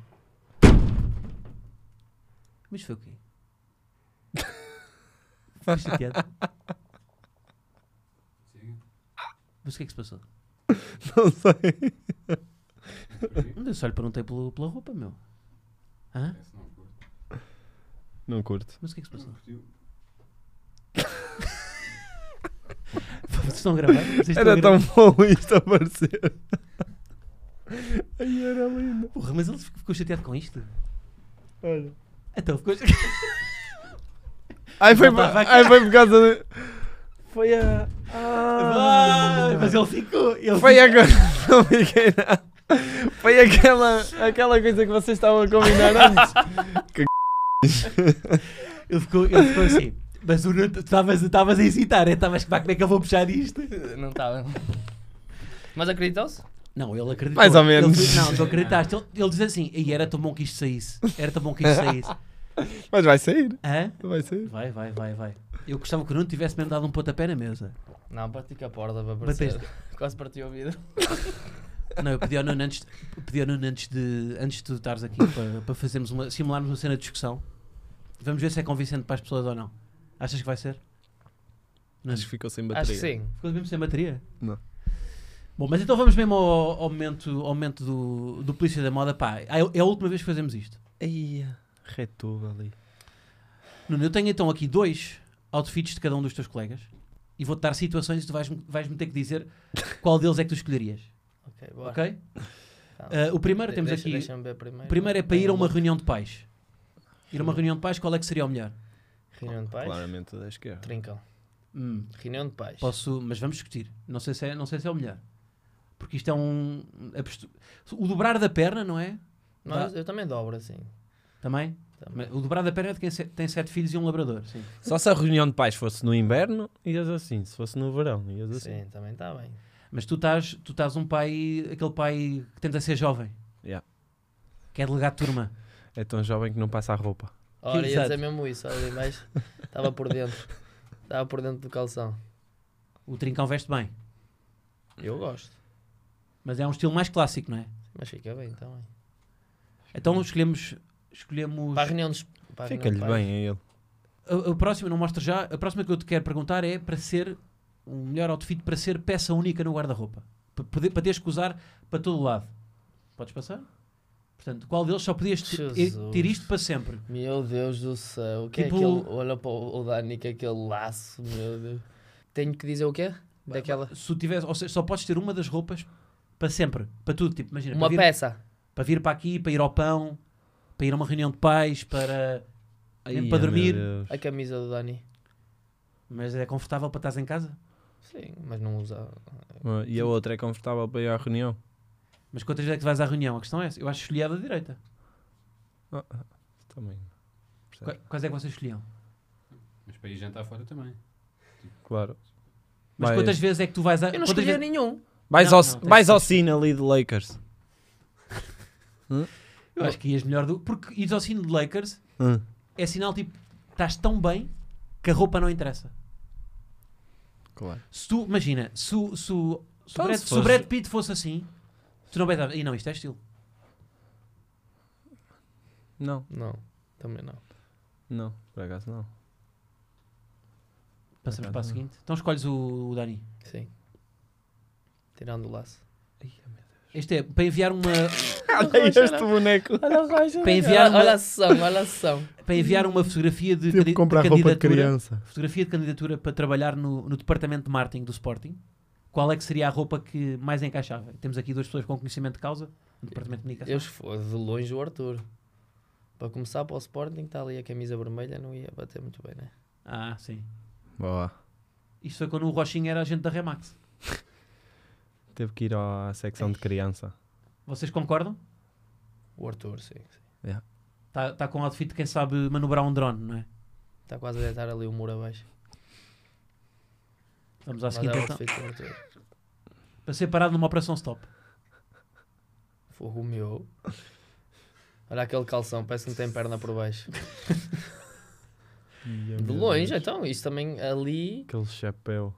Mas foi o quê? Faz chateado. Mas o que é que se passou?
Não sei.
Mas Eu só lhe perguntei pelo, pela roupa, meu. Hã?
Não curto.
Mas o que é que se passou? Vocês estão a gravar? Vocês estão a
Era
é
gravar?
tão bom isto a aparecer. Ai, era lindo.
Porra, mas ele ficou chateado com isto?
Olha.
Então ficou.
Ai, foi,
Não
por-
dava aqui.
ai, foi por causa de... Foi a... Ah!
Ah!
Vai, Ah, mas ele ficou. Ele
Foi a... co- Não fiquei nada. Foi aquela, aquela coisa que vocês estavam a combinar antes.
Ele ficou, ele ficou assim. Mas o Nuno, tu estavas tu estavas a hesitar, é? Estavas, pá, como é que eu vou puxar isto?
Não estava. Mas acreditou-se?
Não, ele acreditou.
Mais ou
Ele-
menos.
ele- não, tu acreditaste. Ele, ele diz assim, e era tão bom que isto saísse. Era tão bom que isto saísse.
Mas vai sair.
Hã?
Vai sair.
Vai, vai, vai, vai. Eu gostava que o Nuno tivesse mesmo dado um pontapé na mesa.
Não, parti com a porta para aparecer. Quase partiu o vidro.
Não, eu pedi ao Nuno antes, pedi ao Nuno antes de, antes de tu estares aqui para, para fazermos uma, simularmos uma cena de discussão. Vamos ver se é convincente para as pessoas ou não. Achas que vai ser? Nuno.
Acho que ficou sem
Acho
bateria.
que sim.
Ficou mesmo sem bateria?
Não.
Bom, mas então vamos mesmo ao, ao momento, ao momento do, do Polícia da Moda. Pá, é a- é a última vez que fazemos isto.
Ai, retuba ali.
Nuno, eu tenho então aqui dois outfits de cada um dos teus colegas e vou-te dar situações e tu vais-me vais ter que dizer qual deles é que tu escolherias.
Ok, bora.
Ok?
Calma.
Ah, o primeiro
De-
temos
deixa-
aqui.
Deixa-me ver primeiro.
o primeiro é para ir a uma
Tem
reunião de pais. Ir a uma reunião de pais, qual é que seria o melhor?
reunião de pais.
Claramente da esquerda.
Trincão.
Hum,
Reunião de pais.
Posso, mas vamos discutir. Não sei se é, não sei se é o melhor. Porque isto é um. a postu- O dobrar da perna, não é?
Não, eu, eu também dobro assim.
Também? Mas O dobrado da perna é de quem se- tem sete filhos e um labrador. Sim.
Só se a reunião de pais fosse no inverno, ias assim. Se fosse no verão, ias assim.
Sim, também está bem.
Mas tu estás, tu estás um pai, aquele pai que tenta ser jovem.
Yeah.
Que é delegado de turma.
É tão jovem que não passa a roupa.
Ora, ia
Exato.
dizer mesmo isso, olha, mas estava por dentro. Estava por dentro do calção.
O trincão veste bem.
Eu gosto,
Mas é um estilo mais clássico, não é?
mas fica bem também.
Então escolhemos. escolhemos...
Para a reunião dos. para a reunião
Fica-lhe
de pais.
bem a ele.
A, a próxima, não mostro já. A próxima que eu te quero perguntar é para ser o melhor outfit para ser peça única no guarda-roupa. Pa- poder- Para teres que usar para todo o lado. Podes passar? Portanto, qual deles só podias ti-
Jesus.
ter isto para sempre?
Meu Deus do céu, o que
Tipo-
é aquele. Olha para o o Dani, que é aquele laço, meu Deus. Tenho que dizer o quê? Daquela.
Se tu tivesse, ou seja, só podes ter uma das roupas para sempre, para tudo, tipo, imagina,
Uma
para, vir,
peça.
para vir para aqui, para ir ao pão, para ir a uma reunião de pais, para Mesmo
Ai,
para
meu
dormir.
Deus.
A camisa do Dani.
mas é confortável para estás em casa?
Sim, mas não usa.
Ah, E a outra é confortável para ir à reunião.
Mas quantas vezes é que vais à reunião? A questão é essa. Eu acho que escolhi a da direita.
Também.
Qua- Quais é que vocês escolhiam?
Mas para ir jantar fora também.
Claro.
Mas
Vai-
quantas vezes é que tu vais à
Eu não
quantas
escolhi
vezes-
nenhum.
Vais
Não,
ao,
não, tem
vais
que
ao cine ali de Lakers.
Eu acho que ias melhor do. Porque ires ao sino de Lakers
Hum.
é sinal tipo, estás tão bem que a roupa não interessa.
Claro.
Se tu, imagina, se, o- se, o- se,
Então,
o Brad,
se
se o
fores-
Brad Pitt fosse assim, tu não pensavas, e não, isto é estilo.
Não,
Não, também não.
não. Por acaso não.
Passamos
Por acaso
para a
não.
seguinte. Então escolhes o, o Dani.
Sim. Tirando o laço.
Este é para enviar uma,
Olha este boneco.
Olha a rocha.
Para enviar uma-
Olha a ação, olha a ação.
para enviar uma fotografia
Tive
de, candi-
que Tipo comprar
de
roupa de
candidatura-
criança.
Fotografia de candidatura para trabalhar no, no departamento de marketing do Sporting. Qual é que seria a roupa que mais encaixava? Temos aqui duas pessoas com conhecimento de causa no departamento de comunicação.
Eu esfo- de longe o Arthur. Para começar para o Sporting, está ali a camisa vermelha, não ia bater muito bem, né?
Ah, sim.
Boa.
Isto foi quando o Rochinha era agente da Remax.
Teve que ir à secção de criança.
Vocês concordam?
O Arthur, sim. sim.
Está tá com o outfit de quem sabe manobrar um drone, não é?
Está quase a deitar ali o muro abaixo.
Vamos à
Mas
seguinte
é o
então.
outfit do Arthur.
Para ser parado numa operação stop.
Fogo meu. Olha aquele calção, parece que não tem perna por baixo. De longe, então, isto também ali.
Aquele chapéu.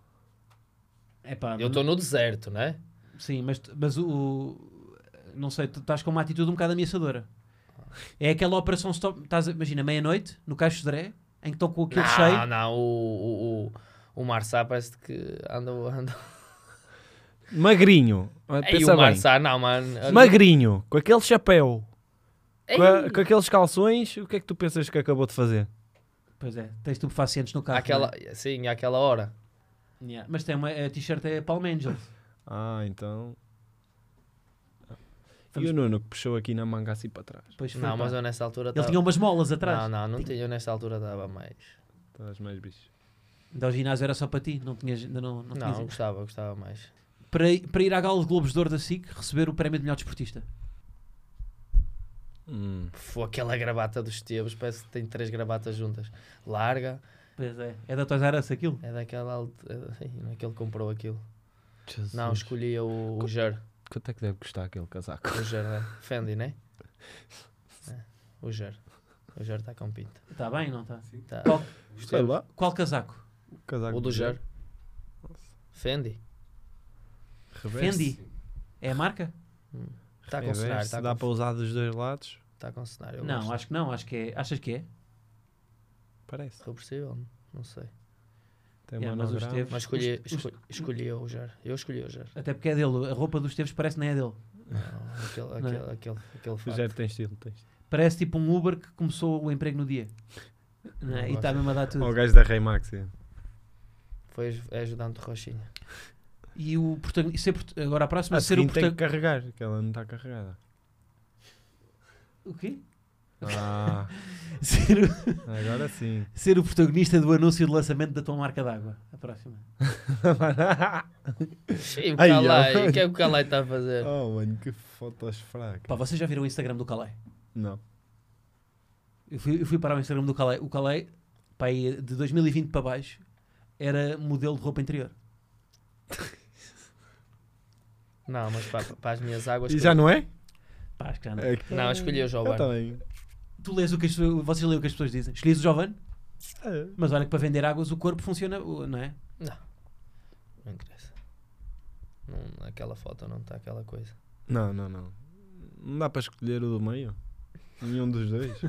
É pá,
Eu estou no deserto, né?
sim, mas, tu- mas o, o- Não sei, tu estás com uma atitude um bocado ameaçadora. É aquela operação stop. Estás, imagina, meia-noite, no Caixo de Dré, em que estão com aquilo
Não,
cheio.
não, o, o, o, o Marçá parece que anda. anda...
Magrinho. Ah,
Ei,
Pensa
o
bem.
Marçá, não, mano. Olha-
Magrinho. Com aquele chapéu.
Ei,
Com,
é
a- com aqueles calções. O que é que tu pensas que acabou de fazer?
Pois é, tens tubefacientes no carro.
Aquela, sim, àquela hora.
não é? Yeah. Mas tem uma a t-shirt é Palm Angels.
Ah, então...
Vamos-
E o Nuno que puxou aqui na manga assim para trás.
Pois foi,
Não,
pá.
mas eu nessa altura
Ele tinha umas molas atrás.
Não, não, não tinha. Eu nesta altura estava mais.
Estás mais bicho.
Então o ginásio era só para ti, não tinhas, ainda não, não
Não,
tinhas
eu gostava, eu gostava mais.
para, i- para ir à gala de Globos de Ouro da SIC receber o prémio de melhor desportista.
Hum.
Foi aquela gravata dos Tebos, parece que tem três gravatas juntas. Larga,
Pois é. É da Toys R Us aquilo?
é daquela. alt- é- Não é que ele comprou aquilo.
Jesus.
Não, escolhia o, o Jer.
Quanto é que deve custar aquele casaco?
O Jer, né? Fendi, né? É, o Jer. O Jer está com pinta.
Está bem, não está?
Tá.
Qual,
Os
Sei
Tebos.
lá.
qual casaco?
Casaco
O do Jer. Fendi.
Fendi. É a marca?
Está Tá com cenário, está
É, Dá para
com,
usar dos dois lados?
tá com cenário. eu
não,
gosto.
acho que não. Acho que é. Achas que é?
Parece.
Reversível, não sei.
Tem
Yeah, mas os
monograma.
teves-
Mas escolhi,
os- os-
escolhi, escolhi o Jer. Eu escolhi o Jer.
Até porque é dele. A roupa dos Teves parece que nem é dele.
Não, aquele,
Não é?
aquele, aquele, aquele
O
fato.
Jair tem estilo, tem estilo.
Parece tipo um Uber que começou o emprego no dia. Não é? E está mesmo a dar
Ou o
tudo.
gajo da Raymax. é.
Foi aj- é ajudante de Rochinha.
E o portag- e ser port- Agora a próxima
Ah,
A
é ser o
seguinte tem que
protagonista.
carregar, que ela não está carregada.
O quê?
Ah,
Ser o...
agora sim.
ser o protagonista do anúncio de lançamento da tua marca d'água. A próxima.
Sim, o
Ai,
Calai.
ai.
O que é que o Calai está a fazer?
oh, mano, que fotos fracas.
Pá, vocês já viram o Instagram do Calai?
Não.
Eu fui, eu fui parar o Instagram do Calé. O Calé, pá, aí de 2020 para baixo, era modelo de roupa interior.
Não, mas para, para as minhas águas.
E
que-
já não é?
Pá, acho que já não.
É.
Não, eu escolhi o
Eu
Giovanni.
também.
Tu lês o que as, pessoas- vocês leem o que as pessoas dizem. Escolhes o Giovanni,
É.
mas olha que para vender águas o corpo funciona, o- não é?
Não interessa. Não, aquela foto não está aquela coisa.
Não, não, não. Não dá para escolher o do meio? Nenhum dos dois?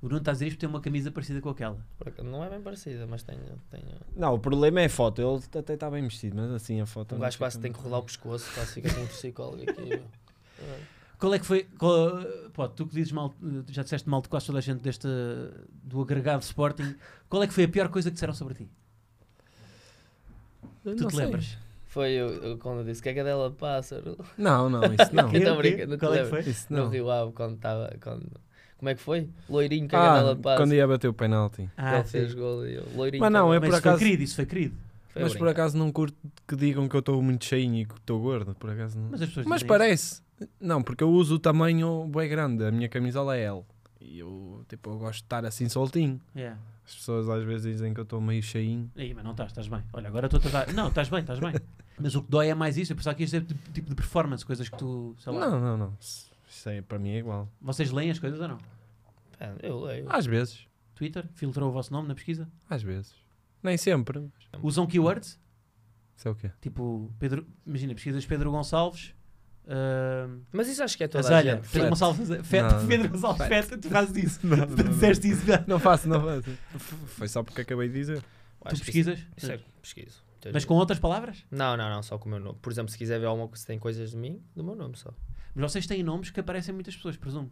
O Nuno está a dizer isto porque tem uma camisa parecida com aquela.
Por acaso, Não é bem parecida, mas tenho. tenho...
não, o problema é a foto. Ele até está bem vestido, mas assim a
Um
foto. não
gajo
fica
quase tem que
muito
rolar o pescoço, quase fica com um psicólogo aqui. meu.
Qual é que foi. Qual, pô, tu que dizes mal, já disseste mal de quase toda a gente deste, do agregado Sporting. Qual é que foi a pior coisa que disseram sobre ti?
bem.
tu
Não
te
sei.
lembras?
Foi o- o- quando eu disse que é cadela de pássaro.
Não, não, isso não.
Eu tô
O quê?
brincando, não te
Qual é que
lembro.
foi?
isso
No
não.
Rio Ave, quando estava. Quando... Como é que foi? Loirinho que a
Ah,
cadela de pássaro.
quando ia bater o penalti.
Ah,
Ele
sim.
fez gol e eu. Loirinho.
Mas não,
cadela-
é
Mas
por
isso foi
acaso.
querido, isso foi querido.
foi a
Mas por
brincar.
acaso não curto que digam que eu estou muito cheinho e que estou gordo. Por acaso não.
Mas as pessoas
Mas
dizem
parece. Não, porque eu uso o tamanho bem grande. A minha camisola é L. E eu, tipo, eu gosto de estar assim soltinho.
isso. Yeah.
As pessoas às vezes dizem que eu estou meio cheinho.
Aí, mas não estás, estás bem. Olha, agora estou a dar. Não, estás bem, estás bem. Mas o que dói é mais isso. Eu pensava que ias dizer tipo tipo de performance, coisas que tu. Sei
Então
lá.
Não, não, não. Isso isso aí para mim é igual.
Vocês leem as coisas ou não?
Pá, É, Eu leio.
Às vezes.
Twitter filtrou o vosso nome na pesquisa?
Às vezes. Nem sempre.
Usam keywords?
Isso é o quê?
Tipo, Pedro, imagina, pesquisas Pedro Gonçalves. ahm,
Mas isso acho que é toda a
Azalha,
gente.
Pedro
Fete.
Gonçalves,
Não.
Feta, Pedro Gonçalves, Feta, tu fazes isso.
Não,
Tu disseste isso, já.
Não faço, não faço. F- Foi só porque acabei de dizer.
Acho
tu
que
pesquisas,
Isso, isso é que pesquiso. muitas
mas
vezes.
com outras palavras.
Não, não, não, só com o meu nome. Por exemplo, se quiser ver alguma coisa, se tem coisas de mim, do meu nome só.
Mas vocês têm nomes que aparecem em muitas pessoas, presumo.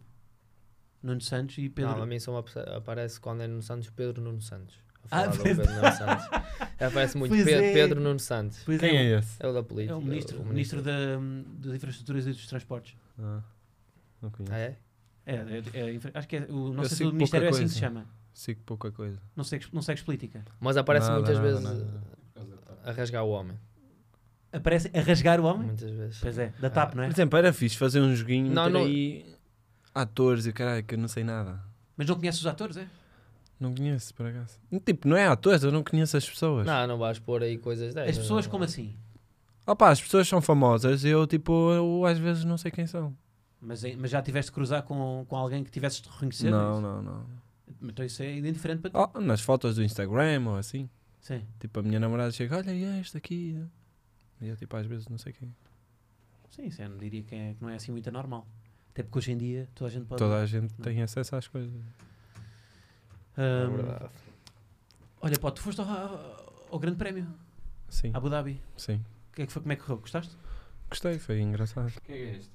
Nuno Santos e Pedro.
Não, a mim só me apare- aparece quando é Nuno Santos, Pedro Nuno Santos. A
Ah,
falar do
pois
Pedro Nuno Santos. Aparece muito
Pois
Pe-
é.
Pedro Nuno Santos.
Pois
Quem
é,
é esse?
É o da política.
É o ministro, o ministro da, das infraestruturas e dos transportes.
Ah, não conheço.
Ah, é?
É, é- é infra- acho que é, o,
Eu
não sei se
sigo
o ministério é
pouca
assim que se
coisa.
chama.
Sigo pouca coisa.
Não segues, não segues política.
Mas aparece
Nada,
muitas
nada,
vezes
nada.
uh, a rasgar o homem.
Aparece a rasgar o homem?
Muitas vezes.
Pois é, da TAP, não é?
Por exemplo, era fixe fazer um joguinho
Não,
não,
não-
aí atores e o caralho, que eu não sei nada.
Mas não conheces os atores, é?
Não conheço, por acaso. Tipo, não é atores, eu não conheço as pessoas.
Não, não vais pôr aí coisas dessas.
As pessoas,
não.
como assim?
Opa, as pessoas são famosas e eu, tipo, eu às vezes não sei quem são.
Mas, é- mas já tiveste de cruzar com, com alguém que tivesses de reconhecer? é
não,
isso?
não, não.
Então isso é indiferente para ti.
Oh, nas fotos do Instagram ou assim.
Sim.
Tipo, a minha namorada chega, olha, e é este aqui. E eu, tipo, às vezes não sei quem.
Sim, isso eu não diria que, é, que não é assim muito anormal. Até porque hoje em dia toda a gente pode.
Toda a gente
Não.
tem acesso às coisas.
É
Ahm,
verdade.
Ah, olha, pá, tu foste ao, ao- ao Grande Prémio,
Sim,
Abu Dhabi.
sim.
O Que é que foi, como é que correu? Gostaste?
Gostei, foi engraçado.
Quem é este?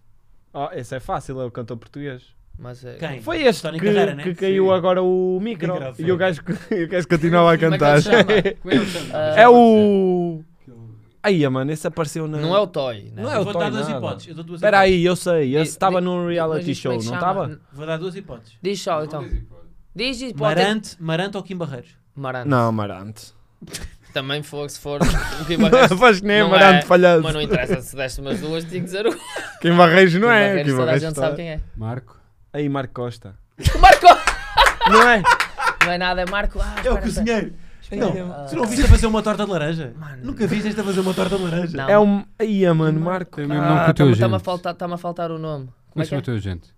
Oh, esse é fácil, é o cantor português.
Mas é.
Quem?
Foi este
Tony
que,
Carreira, né?
que caiu
Sim.
agora o micro.
Micro,
e o
sim.
gajo, que- o gajo continuava a
Como é que
cantar.
ele se chama?
Como é que ele chama?
Ah,
É o. Aí, mano, esse apareceu na.
Não é o Toy, né?
Não é
eu
o
vou
Toy
dar duas
nada.
hipóteses. Eu dou duas
Espera aí, eu sei.
Mas
Esse
isto
estava
é
num reality show, não estava?
hipóteses. Vou dar duas hipóteses.
Diz só então. Diz isso, pode ter-
é Marante, Marante ou Kim Barreiros?
Marante.
Não, Marante.
Também for, se for o que barraste.
Faz que nem é
não
Marante
é,
falhado.
Mas não interessa se deste umas duas, tinha que dizer um.
Quem Barreiros não
Quem
é.
barreiros,
Quem
toda a
Barreiros
gente
está-
sabe quem é.
Marco.
Aí, Marco Costa.
Marco!
Não é?
Não é nada, é Marco. Ah,
É o
espera, espera.
cozinheiro.
Ah.
Não, tu não viste a fazer uma torta de laranja?
Mano.
Nunca viste esta a fazer uma torta de laranja?
Não.
É um. Aí, mano, Marco. tá.
Tem o mesmo nome
Ah,
que o teu
está-me a
gente.
faltar, tá-me a faltar o nome. Como
Como
é
se
que
chama
é?
o teu gente?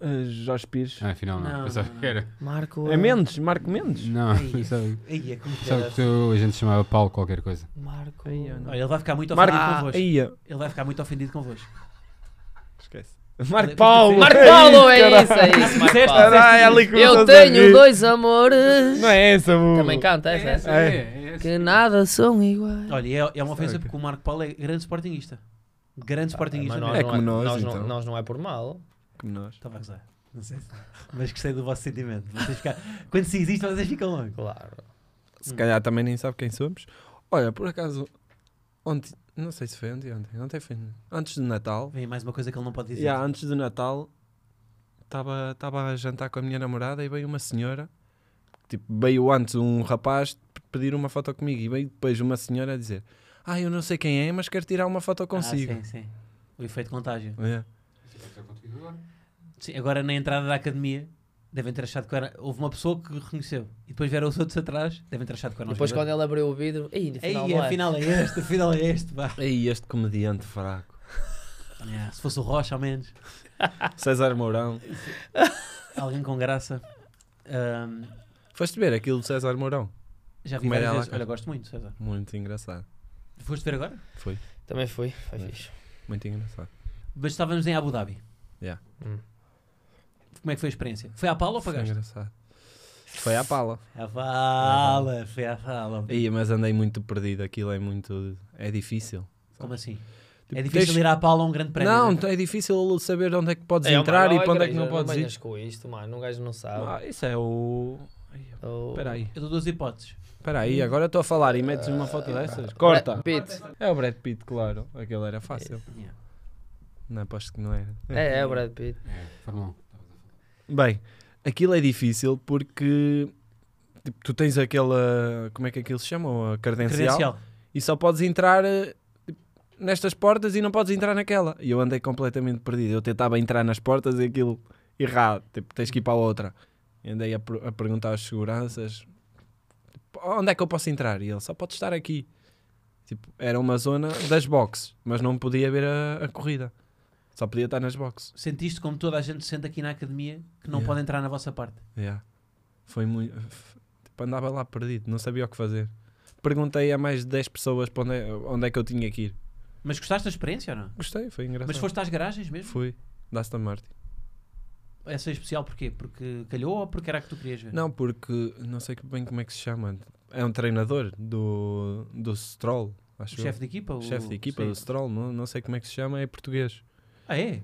Ah, Jorge Pires.
Ah, afinal não.
Não,
Pensava
não,
que era.
Marco.
É Mendes? Marco Mendes?
Não,
Ai,
pensava
Aí é como
pensava que o teu gente se chamava Paulo qualquer coisa.
Marco.
Aí, eu
Olha, ele vai ficar muito
Marco.
ofendido
Ah.
convosco.
Aí.
Ele vai ficar muito ofendido convosco.
Esquece.
Marco
Marco
Paulo.
Paulo.
Marco Paulo, é isso, é isso, Marco
Disseste,
Paulo.
disseste.
Eu tenho dois amores.
Não é essa, bu.
Também canta, é essa.
É.
é essa.
Que nada são iguais.
Olha, e é, é uma ofensa
Ok.
porque o Marco Paulo é grande sportinguista. Grande sportinguista
Tá, Mas nós
É
mesmo.
não é
como nós,
nós, não,
então.
nós não é por mal.
Como nós.
Estava a gozar. Não sei. se- Mas gostei do vosso sentimento. Vocês ficar- Quando se existe, vocês ficam logo.
Claro.
Se calhar também nem sabe quem somos. Olha, por acaso, ontem, não sei se foi ontem, ontem, ontem foi antes do Natal.
Vem mais uma coisa que ele não pode dizer. Ah,
Yeah, antes do Natal, estava estava a jantar com a minha namorada e veio uma senhora, tipo, veio antes um rapaz p- pedir uma foto comigo e veio depois uma senhora a dizer: Ah, eu não sei quem é, mas quero tirar uma foto consigo.
Ah, sim, sim. O efeito contágio.
é
Yeah.
Sim, agora na entrada da academia, Devem ter achado que eu era. Houve uma pessoa que reconheceu. E depois vieram os outros atrás. Devem ter achado que eu era um
Depois
jogador.
é.
quando ele abriu o vidro, ei, afinal
Ei,
não é."
afinal é este, afinal é este, vá.
Ei, este comediante fraco.
Yeah, se fosse o Rocha, ao menos.
César Mourão.
Alguém com graça. Ahm,
Foste ver aquilo do César Mourão?
já
é
vi
Comédia à
várias
la
vezes.
carte.
Olha, gosto muito, César.
Muito engraçado.
Foste ver agora?
Foi.
Também fui, foi
Mas-
fixe.
Muito engraçado.
Mas estávamos em Abu Dhabi.
Yeah.
Hum.
Como é que foi a experiência? Foi à pala ou
Foi
pagaste?
engraçado. Foi à pala.
À pala, foi à pala.
Ei, mas andei muito perdido. Aquilo é muito. É difícil.
Como assim?
Tipo,
é difícil
tens-
ir à pala a um grande prémio.
Não,
né?
é difícil saber onde é que podes
Ei, ó,
entrar
mano,
e
ó,
para onde é que
igreja,
não podes
venhas
ir.
com isto, mano. Um gajo não sabe.
Ah, isso é o.
Oh.
Espera aí.
Eu dou duas hipóteses.
Espera aí, agora estou a falar e metes uma foto dessas? Corta!
Brad Pitt.
É o Brad Pitt, claro. Aquele era fácil.
Yeah.
Não, aposto que não era.
É, é o Brad Pitt.
É, Fórmula
Bem, aquilo é difícil porque tipo, tu tens aquela. Como é que aquilo se chama? A credencial.
Credencial.
E só podes entrar eh, tipo, nestas portas e não podes entrar naquela. E eu andei completamente perdido. Eu tentava entrar nas portas e aquilo errado. Tipo, tens que ir para a outra. E andei a, per- a perguntar às seguranças tipo, onde é que eu posso entrar? E ele só pode estar aqui. Tipo, era uma zona das boxes, mas não podia ver a, a corrida. Só podia estar nas boxes.
Sentiste como toda a gente sente aqui na academia que não
Yeah.
pode entrar na vossa parte.
Yeah. Foi muito. f- Tipo, andava lá perdido, não sabia o que fazer. Perguntei a mais de 10 pessoas para onde, é, onde é que eu tinha que ir.
Mas gostaste da experiência ou não?
Gostei, foi engraçado.
Mas foste às garagens mesmo?
Fui, da Aston Martin.
Essa é especial porquê? Porque calhou ou porque era a que tu querias ver?
Não, porque não sei que- bem como é que se chama. É um treinador do, do Stroll, acho
O
eu.
chefe de equipa? O...
Chefe de equipa
Sim.
do Stroll, não, não sei como é que se chama, é português.
Ah, é?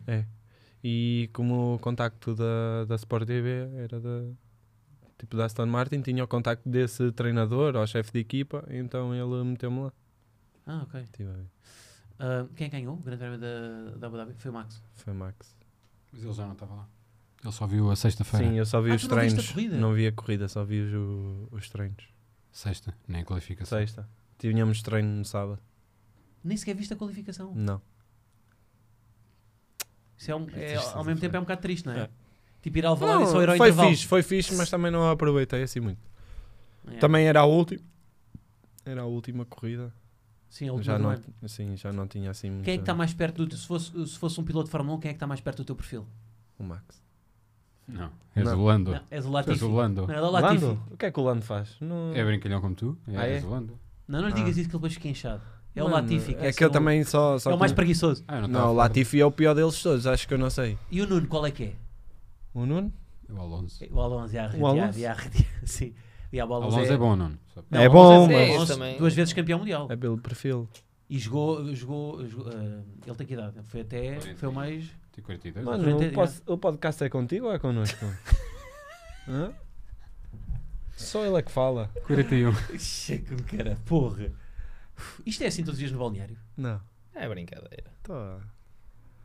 E como o contacto da, da Sport TV era da. Tipo, da Aston Martin, tinha o contacto desse treinador ou chefe de equipa, então ele meteu-me lá.
Ah, ok.
Estive a ver.
Ah, quem ganhou o grande prémio da, da Abu Dhabi? Foi o Max.
Foi Max.
Mas ele já não estava lá. Ele só viu a sexta-feira.
Sim, eu só vi
Ah,
os
tu não viste a
treinos.
corrida?
Não vi a corrida, só vi os, o- os treinos.
Sexta, nem qualificação.
Sexta. Tínhamos treino no sábado.
Nem sequer viste a qualificação.
Não.
Isso é, um, é-
triste,
ao mesmo tempo é um bocado triste, não é?
É.
Tipo ir ao Valório só ir ao
foi
intervalo.
fixe, foi fixe, mas também não a aproveitei assim muito.
É.
Também era a última. Era a última corrida.
Sim, É a última
já
do
não,
ano.
sim, já não tinha assim muito.
Quem é que está mais perto do... Se fosse, se fosse um piloto de Fórmula 1, quem é que está mais perto do teu perfil?
O Max.
Não, és
Não.
o Lando.
Não, és o
És
Latifi.
o
Não,
Lando.
não, é o Latifi.
Lando? O que é que o Lando faz? Não...
É brincalhão como tu?
Ah, é?
És o Lando.
Não, não lhe
Ah.
digas isso que ele depois fica inchado. É o
Mano,
Latifi.
É
é
que eu
o-
também só. só
É o mais
conhe-
preguiçoso.
Ah, eu não
Não, o Latifi é o pior deles todos, acho que eu não sei.
E o Nuno, qual é que é?
O Nuno?
O Alonso.
O Alonso, já,
O Alonso?
já, já, já, sim. Já, o Alonso,
Alonso é bom, Nuno. Só-
Não,
É
o Alonso
bom,
é
mas-
o Alonso,
Esse também-
duas vezes campeão mundial.
É pelo perfil.
E jogou, jogou, jogou, ah, ele tem que idade? Ele Foi até, foi o mais...
Tem 42.
Mano,
Mano,
entendi,
o, pod- o podcast é contigo ou é connosco? Hã? Só ele é que fala.
41.
Chega é me cara, porra. Isto é assim todos os dias no balneário?
Não.
É brincadeira.
Estou a...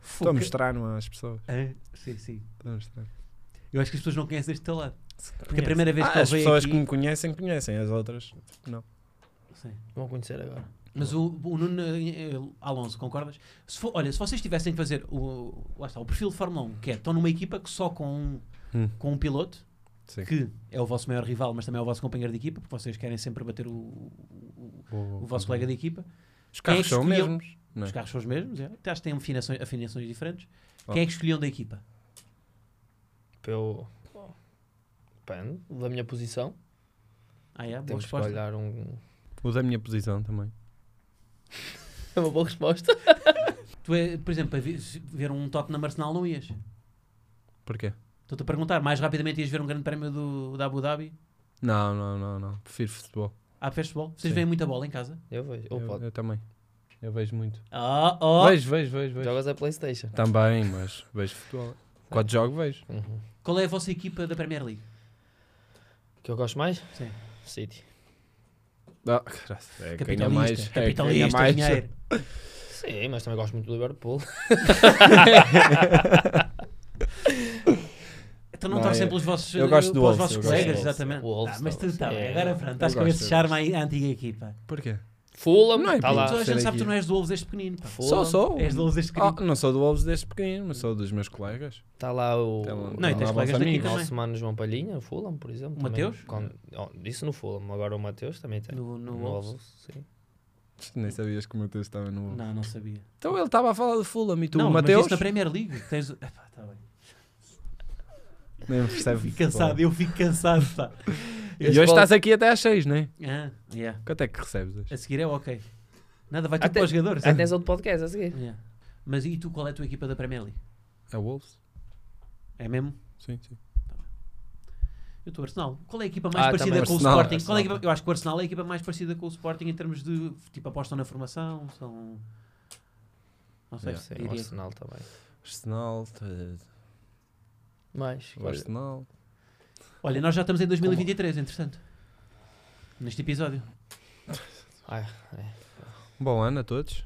Foca-
Estou a mostrar-me às pessoas.
Hã? sim, sim.
Estou a mostrar.
Eu acho que as pessoas não conhecem este teu lado. Porque
Conhece.
a primeira vez
Ah,
que ele
as
veio
pessoas
aqui...
que me conhecem, conhecem. As outras, não.
Sim.
Vão conhecer agora.
Mas o, o Nuno eh, eh, Alonso, concordas? Se for- olha, se vocês tivessem que fazer o, lá está, o perfil de Fórmula 1, que é, estão numa equipa que só com um,
Hum.
com um piloto,
Sim.
que é o vosso maior rival, mas também é o vosso companheiro de equipa, porque vocês querem sempre bater o, o, o- o vosso colega de equipa.
Os
Quem é
carros
que
são os
escolheu?
mesmos. Não é?
Os carros são os mesmos, é. até acho que têm afinações, afinações diferentes.
Oh.
Quem é que escolhiam da equipa?
Pelo. Depende da minha posição.
Ah, é? Boa
Temos que
resposta.
olhar um.
O da minha posição também.
É uma boa resposta.
Tu, é, por exemplo, para vi- se ver um Tottenham Arsenal não ias.
Porquê?
Estou-te a perguntar, mais rapidamente ias ver um grande prémio do, da Abu Dhabi?
Não, não, não, não. Prefiro futebol.
Há festival? Vocês
Sim.
veem muita bola em casa?
Eu vejo. Ou
Eu,
pode.
eu também. Eu vejo muito.
Ah, oh!
Vejo, vejo, vejo, vejo.
Jogas a Playstation.
Também, mas vejo futebol. Quando jogo, vejo.
Uhum.
Qual é a vossa equipa da Premier League?
Que eu gosto mais?
Sim.
City.
Ah, graças. É, ganha
Capitalista,
mais. é, ganha
capitalista,
mais.
dinheiro.
Sim, mas também gosto muito do Liverpool.
Então não
Não,
torcem
eu-
pelos vossos,
eu gosto do
pelos
Wolves,
vossos
eu gosto
colegas,
do Wolves.
exatamente.
O Wolves
Ah, mas tu
também.
tá bem,
É.
agora pronto, estás
Eu
com
gosto,
esse
eu
charme à antiga equipa.
Porquê?
Fulham,
Não é
está lá.
pinto.
Toda a gente
Ser
sabe que tu
aqui.
não és do Wolves desde pequenino. Pá.
Fulham,
Só, só.
És do Wolves desde
Ah,
pequenino.
não sou do Wolves deste pequenino, sou dos meus colegas.
Está lá o.
Tá lá-
não, e tens
Ah,
colegas
vossa
daqui
O
amiga.
também.
nosso mano João Palhinha, o Fulham, por exemplo.
O
também.
Mateus?
Con- oh, isso no Fulham, agora o Mateus também tem.
No, no
No
Wolves?
Wolves, sim.
Nem sabias que o Mateus estava no Wolves.
Não, não sabia.
Então ele estava a falar de Fulham e tu,
não, mas
Mateus,
isso na Premier League. Tens... Ah, pá, tá bem.
nem percebe.
Fico cansado, eu fico cansado. Pá.
E hoje estás aqui até às 6, não é?
Ah, yeah.
Quanto é que recebes hoje?
A seguir é ok. Nada, vai tudo
Até-
para os jogadores.
Aí Ah, tens outro podcast a seguir.
Yeah. Mas e tu, qual é a tua equipa da Premier League?
É Wolves?
É mesmo?
Sim, sim.
Eu estou Arsenal. Qual é a equipa mais
Ah,
parecida com
também.
o
Arsenal.
Sporting? Qual é a
Arsenal.
equipa- Eu acho que o Arsenal é a equipa mais parecida com o Sporting em termos de tipo apostam na formação, são não sei,
Yeah.
Sim,
diria.
o Arsenal também.
Arsenal, eh,
Mas,
o Arsenal.
Olha, nós já estamos em 2023, entretanto. Neste episódio.
Ah,
Bom ano a todos.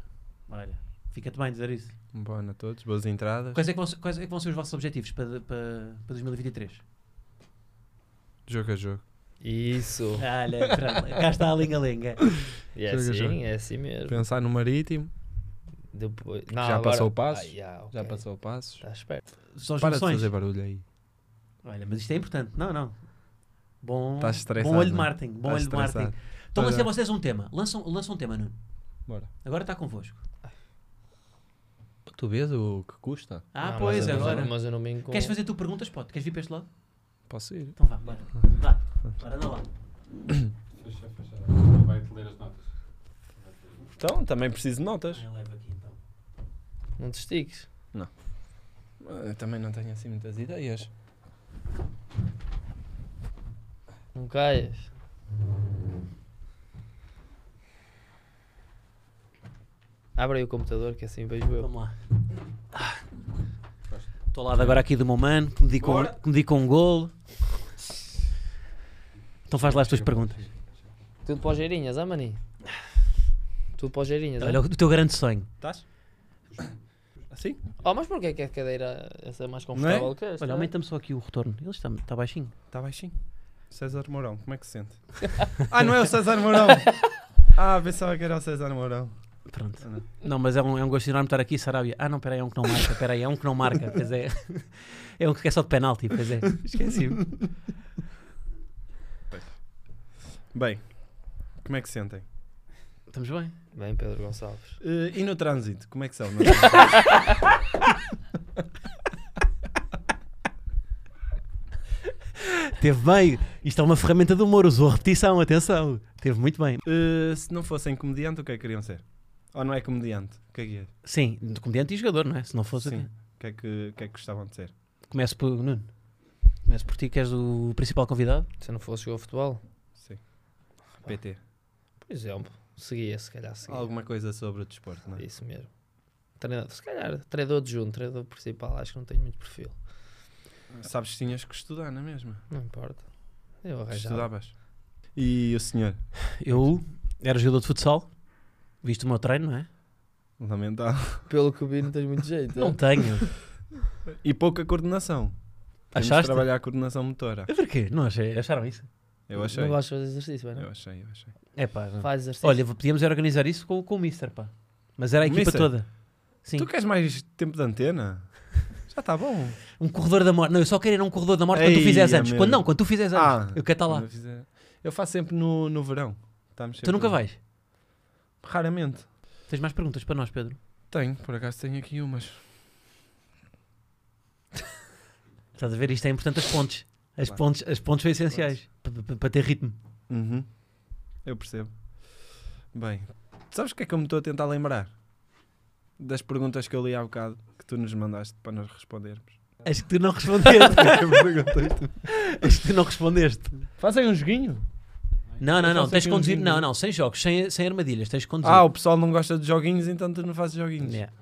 Olha, fica-te bem dizer isso.
Um Bom ano a todos. Boas entradas.
Quais é que vão, ser- quais é que vão ser os vossos objetivos para, para, para 2023?
Jogo a jogo.
isso.
Olha, pronto, cá está a linga-linga.
E é
Joga,
assim,
joga.
é assim mesmo.
Pensar no Marítimo.
Depois, não,
Já
agora-
passou o passo?
Ah, yeah, ok.
Já passou passos.
Estás esperto.
São as
Para de
emoções.
fazer barulho aí.
Olha, mas isto é importante. Não, não. Bom,
Estás estressado,
bom olho de
não é?
Martin. Bom
Estás
olho de Martin.
estressado.
Então lancem
Estás-
vocês um tema. Lançam, lançam um tema, Nuno.
Bora.
Agora está convosco.
Tu vês o que custa?
Ah,
Não,
pois,
mas eu- mas eu-
agora.
Mas eu não me encontro.
Queres fazer tu perguntas? Pode. Queres vir para este lado?
Posso ir?
Então vá, bora. Vá, bora, anda lá.
Fecha, fecha. Ele Vai-te ler as notas.
Então, também preciso de notas.
Eu levo aqui então.
Não te estiques.
Eu também não tenho assim muitas ideias.
Não caias. Abre aí o computador que assim vejo eu.
Vamos lá. Estou ao lado agora aqui do meu mano, que me di com, que me di com um golo. Então faz lá as tuas perguntas.
Tudo para os geirinhas, ah, maninho? Tudo para os geirinhas.
Olha,
ah?
o teu grande sonho.
Estás? Assim?
Oh, mas porquê que a cadeira essa é mais confortável que esta?
Olha, aumenta-me só aqui o retorno. Ele está, está baixinho.
Está Tá baixinho. César Mourão, como é que se sente? ah, não é o César Mourão! Ah, pensava que era o César Mourão.
Pronto.
Ah, não.
Não, mas é um, é um gosto enorme estar aqui, Sarabia. Ah, não, peraí, é um que não marca. Peraí, é um que não marca. Pois é. É um que é só de penalti. Pois é. Esqueci-me.
Bem, como é que se sentem?
Estamos bem?
Bem, Pedro Gonçalves.
Eh, e no trânsito, como é que são?
Teve bem. Isto é uma ferramenta de humor. Usou repetição. Atenção. Teve muito bem.
Eh, se não fossem comediante, o que é que queriam ser? Ou não é comediante? O que é que é?
Sim, de comediante e jogador, não é? Se não fosse.
Sim. O que é que, o que é que gostavam de ser?
Começo por Nuno. Começo por ti, que és o principal convidado.
Se não fosse jogar futebol,
Sim. PT.
por exemplo, seguia, se calhar seguia.
Alguma coisa sobre o desporto, não é?
Isso mesmo. Treinador, se calhar, treinador de junto, treinador principal, acho que não tenho muito perfil.
Sabes que tinhas que estudar, não é mesmo?
Não importa. Eu arranjava.
Estudavas. E o senhor?
Eu era jogador de futsal. Viste o meu treino, não é?
Lamentável.
Pelo que vi, não tens muito jeito. é?
Não tenho.
E pouca coordenação. Temos de
Achaste?
trabalhar a coordenação motora.
Porquê? É Não achei. Acharam isso?
Eu achei.
Não gosto de fazer exercício, bem,
Eu
não?
achei, eu achei.
É pá. não.
Faz exercício.
Olha, podíamos era organizar isso com, com o Mister, pá. Mas era
O
a equipa
Mister?
toda. Sim.
Tu queres mais tempo de antena? Já está bom.
Um corredor da morte. Não, eu só quero ir a um corredor da morte quando
Ei,
tu fizeres
é
anos.
mesmo.
Quando não, quando tu fizeres anos.
Ah.
eu quero estar lá.
Quando eu fizer- Eu faço sempre no, no verão. Estamos
Tu
sempre-
nunca vais.
Raramente.
Tens mais perguntas para nós, Pedro?
Tenho, por acaso tenho aqui umas.
Estás a ver? Isto é importante as pontes. As
Claro.
pontes, as pontes são essenciais pa- pa- pa- para ter ritmo.
Uhum. Eu percebo. Bem, sabes o que é que eu me estou a tentar lembrar? Das perguntas que eu li há bocado, que tu nos mandaste para nós respondermos. é
Acho que tu não respondeste. Acho que tu não respondeste.
Fazem um joguinho?
Não, não,
Eu
não.
faço
Tens
aqui
de
um
conduzir.
jingle.
Não, não. Sem jogos, sem, sem armadilhas. Tens de conduzir.
Ah, o pessoal não gosta de joguinhos, então tu não fazes joguinhos.
Yeah.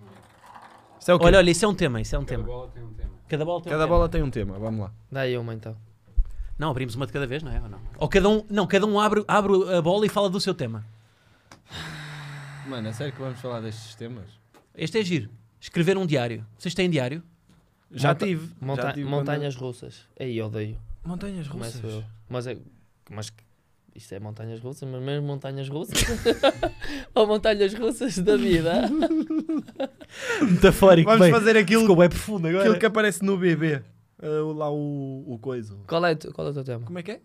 Isso é o quê?
Olha, olha, isso é um tema. Isso é um
Cada
tema.
bola tem um tema.
Cada bola tem um
Cada
tema.
bola um tem um tema, vamos lá.
Dá aí uma então.
Não, abrimos uma de cada vez, não é? Ou, não? Ou cada um, não, cada um abre, abre a bola e fala do seu tema.
Mano, é sério que vamos falar destes temas?
Este é giro. Escrever um diário. Vocês têm diário?
Já
Monta-
tive. já
Monta-
tive quando-
montanhas russas. Aí odeio.
Montanhas
Começo eu.
russas.
Mas é. Mas que- Isto é montanhas russas, mas mesmo montanhas russas. Ou montanhas russas da vida.
Metafórico.
Vamos
bem.
fazer aquilo,
Ficou bem profundo agora.
aquilo que aparece no BB. Ah, o- lá o, o coisa.
Qual é, tu- qual é o teu tema?
Como é que é?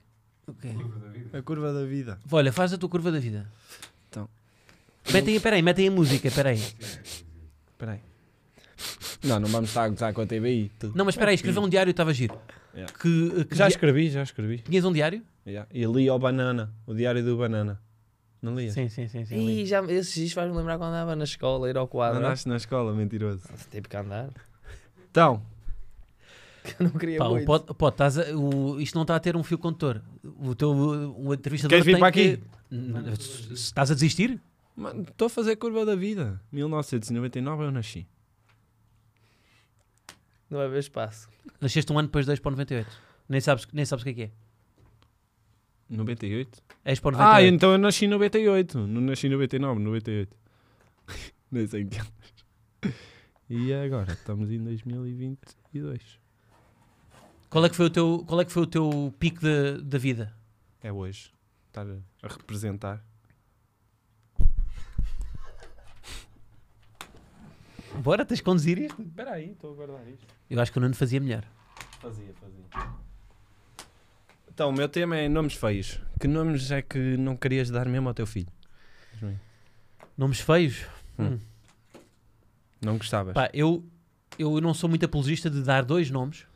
Ok.
Livro da vida.
A curva da vida.
Olha, faz a tua curva da vida.
Então.
Metem, peraí, metem a música, peraí.
Espera aí. Não, não vamos estar a gozar com a TBI. Tu-
Não, mas peraí, escrever um diário estava giro.
Yeah.
Que, que
Já
dia-
escrevi, já escrevi.
Tinhas um diário?
Yeah. E li ao Banana, o diário do Banana. Não lias?
Sim, sim, sim.
Ih, já, esses dias faz-me lembrar quando andava na escola, ir ao quadro.
Andaste na escola, mentiroso.
Tive que andar.
Então,
Eu não queria
Pá, o
muito.
pod, pod, estás a- o- isto não está a ter um fio condutor. O teu o, o entrevistador
Queres vir
tem
para
que-
aqui?
N- se- se Estás a desistir?
mano, estou a fazer a curva da vida. 1999 eu nasci.
Não vai haver espaço.
Nasceste um ano depois de 2 para o 98. Nem sabes, nem sabes o que é que é.
98?
És para o
Ah,
98.
então eu nasci em 98. Não nasci em 99, 98. Nem sei em que anos. E agora? Estamos em 2022.
Qual é que foi o teu, qual é que foi o teu pico da- da vida?
É hoje. Estar a representar.
Bora, tens de conduzir isto.
Espera aí, estou a guardar isto.
Eu acho que o Nuno fazia melhor.
Fazia, fazia. Então, o meu tema é nomes feios. Que nomes é que não querias dar mesmo ao teu filho?
Nomes feios?
Não gostavas?
Pá, eu, eu não sou muito apologista de dar dois nomes.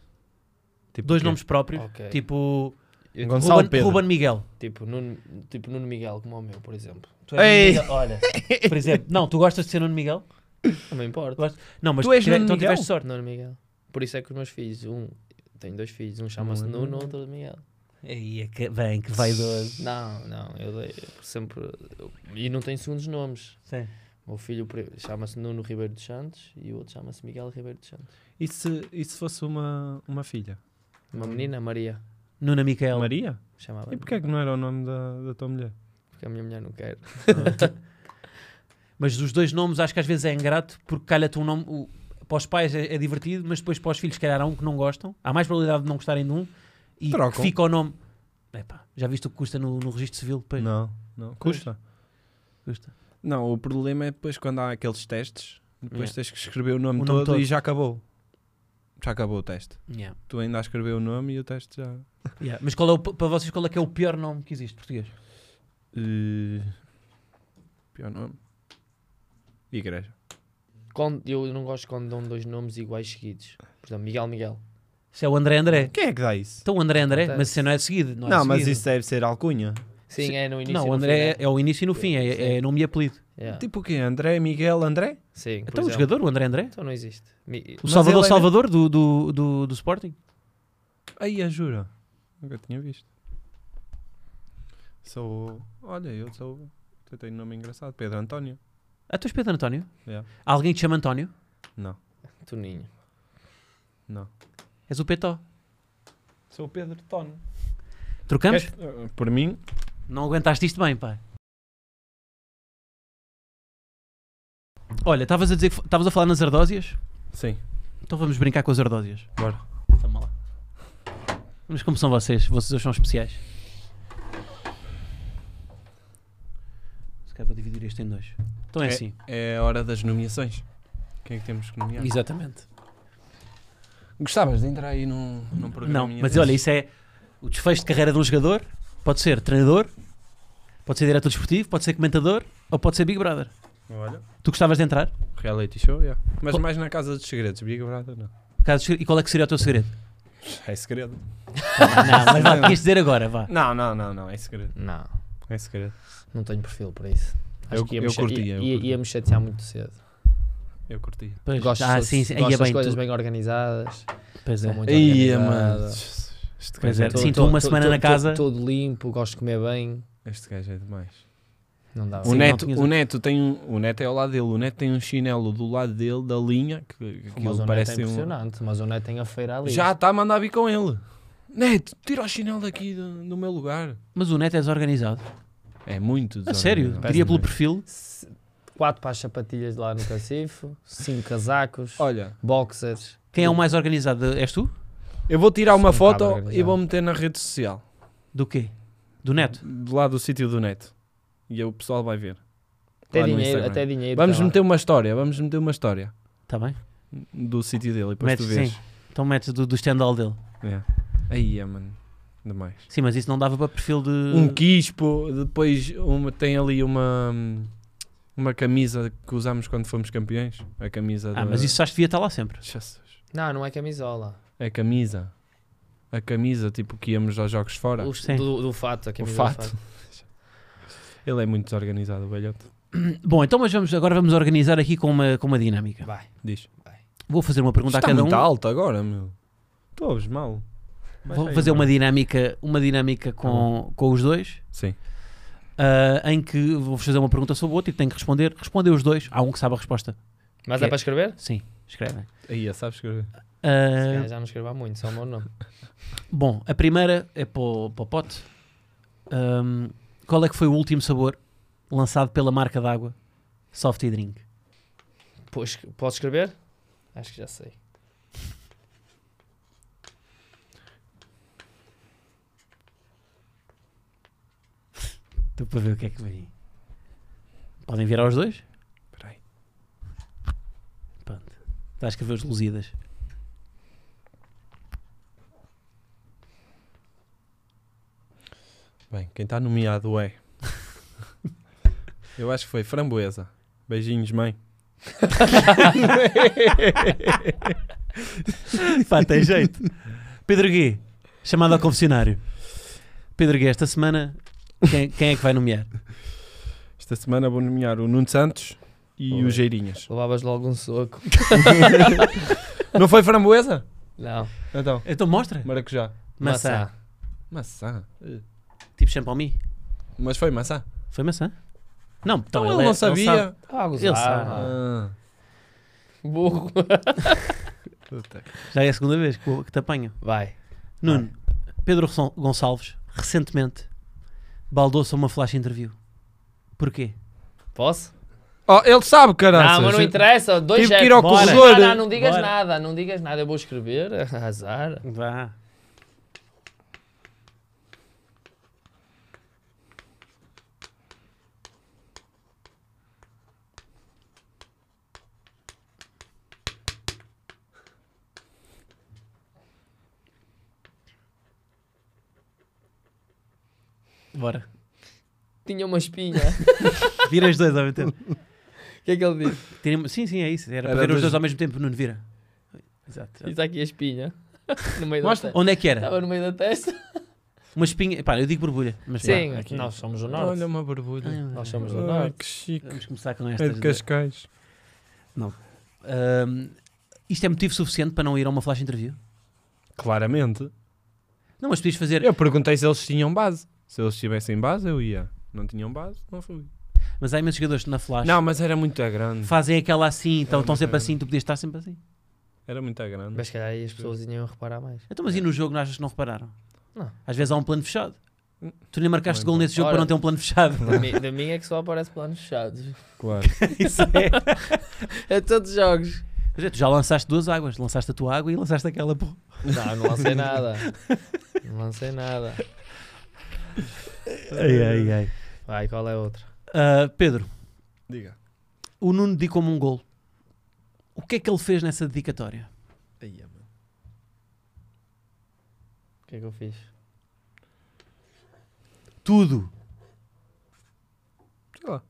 Tipo
dois
quê?
nomes próprios.
Ok.
Tipo
Eu-
Gonçalo
Ruben,
Pedro.
Ruben Miguel.
Tipo Nuno, tipo Nuno Miguel, como o meu, por exemplo.
Tu és Nuno
Ei!
Miguel. Olha, por exemplo, não, tu gostas de ser Nuno Miguel?
Não me importa.
Gosto. Não, mas
Tu és
tive-
Nuno
então
Miguel?
tiveste sorte.
Nuno Miguel. Por isso é que os meus filhos, um, tenho dois filhos, um chama-se
Um é
Nuno,
Nuno.
outro é Miguel.
Aí é que vem, que vaidoso.
Não, não, eu dei eu sempre. eu- e não tem segundos nomes.
Sim.
O meu filho pri- chama-se Nuno Ribeiro dos Santos e o outro chama-se Miguel Ribeiro dos Santos.
E se, e se fosse uma, uma filha?
Uma menina, Maria,
Nuna Miguel.
Maria?
chamava.
E porquê é que não era o nome da, da tua mulher?
Porque a minha mulher não quer.
Mas os dois nomes acho que às vezes é ingrato porque calha-te um nome. o- para os pais é, é divertido, mas depois para os filhos, se calhar, há um que não gostam. Há mais probabilidade de não gostarem de um e
Trocam.
fica o nome. Epá, já viste o que custa no, no registro civil? Depois?
Não, não. Custa.
Custa.
Não, o problema é depois quando há aqueles testes, depois
Yeah.
tens que escrever o nome,
O nome
todo,
todo.
e já acabou. Já acabou o teste.
Yeah.
Tu ainda a escrever o nome e o teste já.
Yeah, Mas qual é o, para vocês, qual é que é o pior nome que existe português?
Eh, Pior nome. Igreja.
Quando, eu não gosto quando dão dois nomes iguais seguidos. Por exemplo, Miguel Miguel.
Se é o André André.
Quem é que dá isso?
Então o André André,
Acontece.
mas você não é seguido. Não,
Não,
é
mas
seguido.
isso deve ser alcunha.
Sim, é no início.
Não,
e
o
no
André
né?
fim,
é, é o início e no fim, é, é nome e apelido.
é. Yeah.
Tipo o quê? André, Miguel, André?
Sim, por
Então o
exemplo.
jogador, o André André.
Então não existe. Mi-
O
é. Mas
Salvador
ele é-
Salvador do, do, do, do Sporting.
Aí a jura. Nunca tinha visto. Sou. Olha, eu sou. Eu tenho nome engraçado. Pedro António.
Ah, tu és Pedro António?
Yeah.
Há Alguém que te chama António?
Não,
Toninho.
não.
És o Petó.
Sou Pedro Tónio.
Trocamos?
Por mim,
Não aguentaste isto bem, pá. Olha, estavas a dizer que estavas a falar nas ardósias?
sim.
Então vamos brincar com as ardósias.
Bora.
Vamos lá. Mas como são vocês? Vocês hoje são especiais. Se calhar vou dividir isto em dois. Então é, assim.
É a hora das nomeações. Quem é que temos que nomear?
Exatamente.
Gostavas de entrar aí num, num
Não,
programa?
mas olha, isso é o desfecho de carreira de um jogador. Pode ser treinador, pode ser diretor desportivo, pode ser comentador ou pode ser Big Brother.
Olha.
Tu gostavas de entrar?
Reality show, yeah. Mas
Co-
mais na Casa dos Segredos. Big Brother, não.
Caso- E qual é que seria o teu segredo?
É segredo.
Ah, Não, mas vá, tinhas de dizer agora, vá.
Não, não, não, não. É segredo.
Não,
É segredo.
não tenho perfil para isso. Acho
Eu-
que ia-me
eu
cha-
curtia,
ia-
eu
ia-
curtia.
ia-me chatear muito cedo.
Eu curti.
Pois,
Gosto,
ah,
de-
sim, sim.
gosto
Aí é bem,
das coisas
tu-
bem organizadas.
Pois é.
sou muito
Ia,
organizado.
mano. Este
Pois
gajo
é.
é,
Tô-
Sim,
demais.
tu
tô-
uma
tô-
semana
tô-
na
tô-
casa.
Todo limpo, gosto de comer bem.
Este gajo é demais.
Não dá.
O
Sim, não
neto,
tinhas
o
a-
neto tem um, o neto é ao lado dele, o neto tem um chinelo do lado dele da linha que, que
mas
aquilo
o Neto é
parece um.
impressionante, mas o Neto tem a feira ali.
Já está a mandar vir com ele. Neto, tira o chinelo daqui do, do meu lugar.
Mas o neto é desorganizado.
É muito
A sério?
desorganizado.
Diria pelo perfil.
S- Quatro pares de sapatilhas lá no cacifo, cinco casacos,
Olha,
boxers.
Quem é o mais organizado? És tu?
eu vou tirar
Sou um
uma
bocado
foto e
organizado.
vou meter na rede social.
Do quê? Do Neto.
de lá do sítio do neto. E o pessoal vai ver.
Até
Lá no
dinheiro,
Instagram.
até dinheiro.
Vamos
tá lá.
meter uma história, vamos meter uma história
Está Tá bem?
do sítio dele e depois
Metes,
tu vês.
sim. Então metes do, do stand-all dele.
É. Aí é, mano. Demais.
Sim, mas isso não dava para perfil de.
Um quispo, depois uma, tem ali uma uma camisa que usámos quando fomos campeões. A camisa
Ah,
da-
mas isso acho que devia estar lá sempre.
Jesus.
Não, não é camisola.
A camisa. A camisa, tipo, que íamos aos jogos fora.
O,
Sim.
do, do fato, a camisola. do
fato. Ele é muito desorganizado, o velhote.
Bom, então mas vamos, agora vamos organizar aqui com uma, com uma dinâmica.
Vai.
Diz.
Vou fazer uma pergunta
tá
Está,
a cada um.
muito alto agora, meu. Tu ouves mal. Baixa
Vou
aí,
fazer
mano.
uma dinâmica, uma dinâmica
Tá
com, com os dois,
Sim.
ah, em que vou-vos fazer uma pergunta sobre o outro e tenho que responder. Respondem os dois. Há um que sabe a resposta.
Mas
Que
é para escrever?
Sim, escrevem.
Aí, é, sabes que...
Se
Ah,
calhar já não escrevo há muito, só o meu nome.
Bom, a primeira é para o, para o pote. Ahm, qual é que foi o último sabor lançado pela marca d'água Softy Drink?
Pois, posso escrever? Acho que já sei.
Estou para ver o que é que vem. Podem virar os dois?
Espera aí.
Pronto. Está a escrever os luzidas.
Bem, quem está nomeado é... Eu acho que foi Framboesa. Beijinhos, mãe.
Pá, tem jeito. Pedro Gui, chamado ao confessionário. Pedro Gui, esta semana quem, quem é que vai nomear?
Esta semana vou nomear o Nuno Santos e
Boa.
o Geirinhas.
Levavas logo um soco.
Não foi Framboesa?
Não.
Então,
Então mostra.
maracujá.
Maçã.
Maçã.
Tipo champanhe.
Mas foi maçã.
Foi maçã? Não,
Então
então, ele,
ele
é-
não
ele sabe.
sabia.
Ah, a
Ele sabe.
gozar.
Ah,
Burro.
puta.
Já é a segunda vez que, que te apanho.
Vai.
Nuno, Pedro Gonçal- Gonçalves, recentemente, baldou-se a uma flash interview. Porquê?
Posso?
Oh, ele sabe, caralho.
não, mas não interessa. Dois
Tive que
é-
ir ao
Bora.
corredor.
Não, não, não digas
Bora.
nada. Não digas nada. Eu vou escrever. Azar.
Vá. Bora.
Tinha uma espinha.
Vira os dois ao mesmo tempo.
O que é que ele disse?
Tirem- Sim, sim, é isso. Era, para
Era
ver os
dois-
dois ao mesmo tempo, Nuno, vira. Exato.
Diz aqui a espinha. No meio
Mostra.
da testa.
Onde é que era?
Estava no meio da testa.
Uma espinha. Pá, eu digo borbulha. Mas
Sim,
pá,
nós somos o norte.
Olha uma borbulha.
Nós somos do
Ah,
norte.
que chique.
Vamos começar com
É
estas.
de Cascais.
Ahm, isto é motivo suficiente para não ir a uma flash interview?
Claramente.
Não, mas podias fazer.
Eu perguntei se eles tinham base. Se eles tivessem base, eu ia. Não tinham base, não fui.
Mas há imensos jogadores que na flash
Não, mas era muito grande.
fazem aquela assim, então
Era
estão
muito
sempre
grande.
assim, tu podias estar sempre assim.
Era muito grande.
Mas se calhar aí as pessoas iam reparar mais.
Então, mas e no jogo não achas que não repararam?
Não.
Às vezes há um plano fechado.
Hum.
Tu nem marcaste
Bem,
gol
bom.
nesse jogo
Ora.
para não ter um plano fechado.
Da mi- da minha é que só aparece planos fechados.
Claro.
Isso é.
É todos os jogos.
Quer dizer, tu já lançaste duas águas. Lançaste a tua água e lançaste aquela. pô.
Não, não lancei nada. Não lancei nada.
Ai, ai, ai.
Vai, qual é outro?
Ah, Pedro,
Diga.
o Nuno dedicou-me um gol. O que é que ele fez nessa dedicatória?
Aí, mano.
O que é que eu fiz?
Tudo.
Sei lá.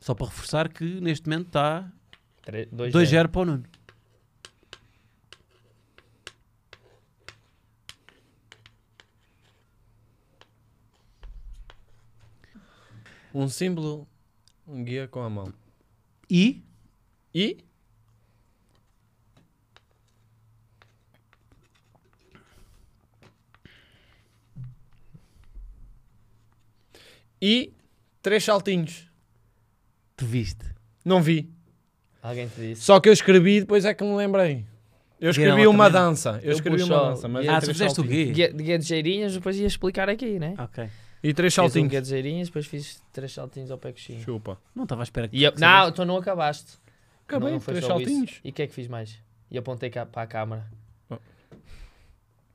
Só para reforçar que neste momento está
2 0
2-0 para o Nuno.
Um símbolo, um guia com a mão.
E
E? E três saltinhos.
tu viste.
Não vi.
Alguém te disse.
Só que eu escrevi e depois é que me lembrei. Eu
Viram
escrevi
lá
uma
também?
dança. Eu
Eu
escrevi
puxo
uma
ao-
dança, mas
Ah,
é
Ah, tu
três
fizeste o
saltinhos.
quê?
Guia guia de geirinhas, depois ia explicar aqui, né?
Ok.
E três
Fiz um
saltinhos.
guia de geirinhas, depois fiz três saltinhos ao pé coxinho.
Chupa.
Não estava à espera que
E eu-
que
Não,
soubesse.
então não acabaste.
Acabei,
não, não foi
três
só isso.
saltinhos.
E o que é que fiz mais? E apontei cá para a câmara.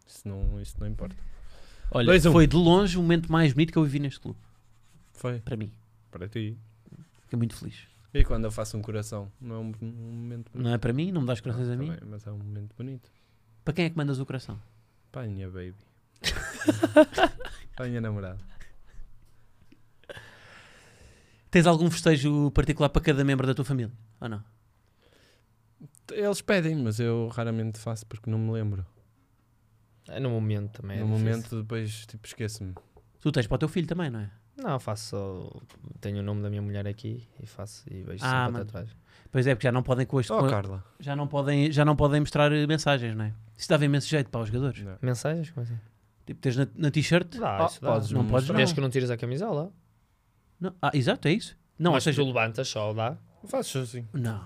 Isso não, isso não importa.
Olha,
Dois, um.
foi de longe o momento mais bonito que eu vivi neste clube,
Foi,
para mim.
para ti.
Fiquei muito feliz.
E quando eu faço um coração? Não é um, um momento bonito.
Não é para mim, não me dás corações a
Tá
mim.
bem, mas é um momento bonito.
Para quem é que mandas o coração?
Para a minha baby. para a minha namorada.
Tens algum festejo particular para cada membro da tua família? Ou não?
Eles pedem, mas eu raramente faço porque não me lembro.
É no momento também. é
no
difícil.
momento depois tipo esqueço-me.
Tu tens para o teu filho também, não é?
Não, faço só. Tenho o nome da minha mulher aqui e faço e vejo
Ah,
sempre
mano.
para trás.
Pois é, porque já não podem com este,
Oh,
com-
Carla.
já não podem, já não podem mostrar eh, mensagens, não é? Isso dava imenso jeito para os jogadores.
Não.
Mensagens? Como assim?
Tipo, tens na, na t-shirt?
Dá, isso dá.
Oh, podes
Ah, não podes
Desde que não tires a camisola.
Não. Ah, exato, é isso. Não,
Não,
ou
mas
seja,
tu levantas só, dá.
Fazes assim.
não.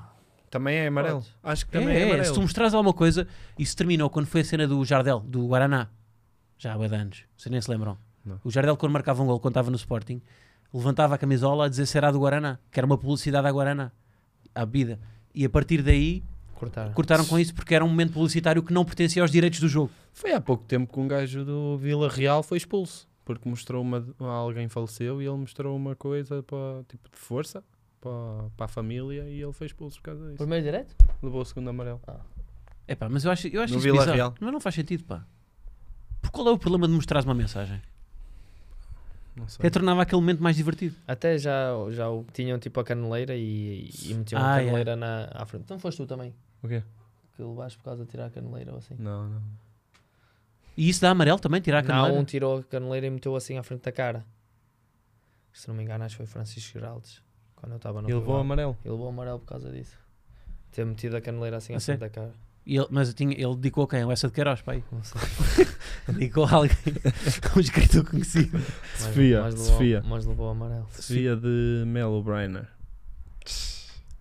Também é amarelo.
Podes.
Acho que
É,
também é,
é, se tu
amarelo.
mostras alguma coisa, isso terminou quando foi a cena do Jardel, do Guaraná. Já há bué de anos, vocês nem se lembram.
Não.
O Jardel, quando marcava um gol, quando estava no Sporting, levantava a camisola a dizer se era do Guaraná, que era uma publicidade à Guaraná, à bebida. E a partir daí
É.
Cortar.
cortaram com isso porque era um momento publicitário que não pertencia aos direitos do jogo.
Foi há pouco tempo que um gajo do Vila Real foi expulso. Porque mostrou uma. Alguém faleceu e ele mostrou uma coisa para, tipo, de força para, para a família e ele foi expulso por causa disso.
Primeiro direto?
Levou o segundo amarelo.
É pá, mas eu acho, eu acho
No
isso
Vila
bizarro.
Real.
Mas não faz sentido, pá. Porque qual é o problema de mostrares uma mensagem?
Não sei.
Até tornava aquele momento mais divertido.
Até já, já o- tinham tipo a caneleira e, e metiam
Ah,
a
é.
caneleira na, à frente. Então foste tu também.
O quê?
Que levaste por causa de tirar a caneleira ou assim.
Não, não.
E isso dá amarelo também, tirar a
Não,
caneleira?
um tirou a caneleira e meteu assim à frente da cara. Se não me engano, acho que foi Francisco Geraldes. Quando eu estava no
Ele levou
Rival.
amarelo.
Ele levou amarelo por causa disso. Ter metido a caneleira assim
A
à frente da cara.
E ele- mas eu tinha- ele dedicou a quem? O Essa de Queiroz, pai.
Não sei.
Dedicou a alguém, a um escritor conhecido.
Mas-
Sofia,
mas levou-
Sofia.
Mas levou amarelo.
Sofia de Melo Brainer.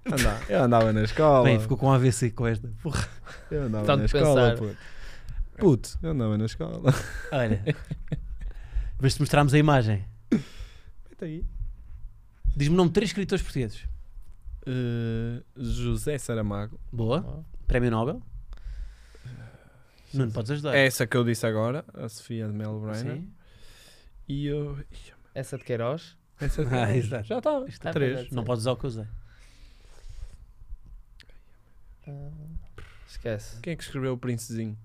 Andava, eu andava na escola.
Bem, ficou com um AVC com esta. Porra.
Eu andava
Tanto
na escola,
pensar.
puto. Puto, eu andava na escola.
Olha, mas se mostrarmos a imagem,
Mete aí.
diz-me o nome de três escritores portugueses.
Eh, José Saramago.
Boa,
Oh.
Prémio Nobel. Nuno, podes ajudar?
É Essa que eu disse agora, a Sofia de Melo Brainer.
Sim.
E eu. Ih,
Essa de Queiroz.
Essa
Ah, exato.
Já está.
Está
Três.
Não podes usar o que eu usei.
ah, esquece.
Quem é que escreveu o Princezinho?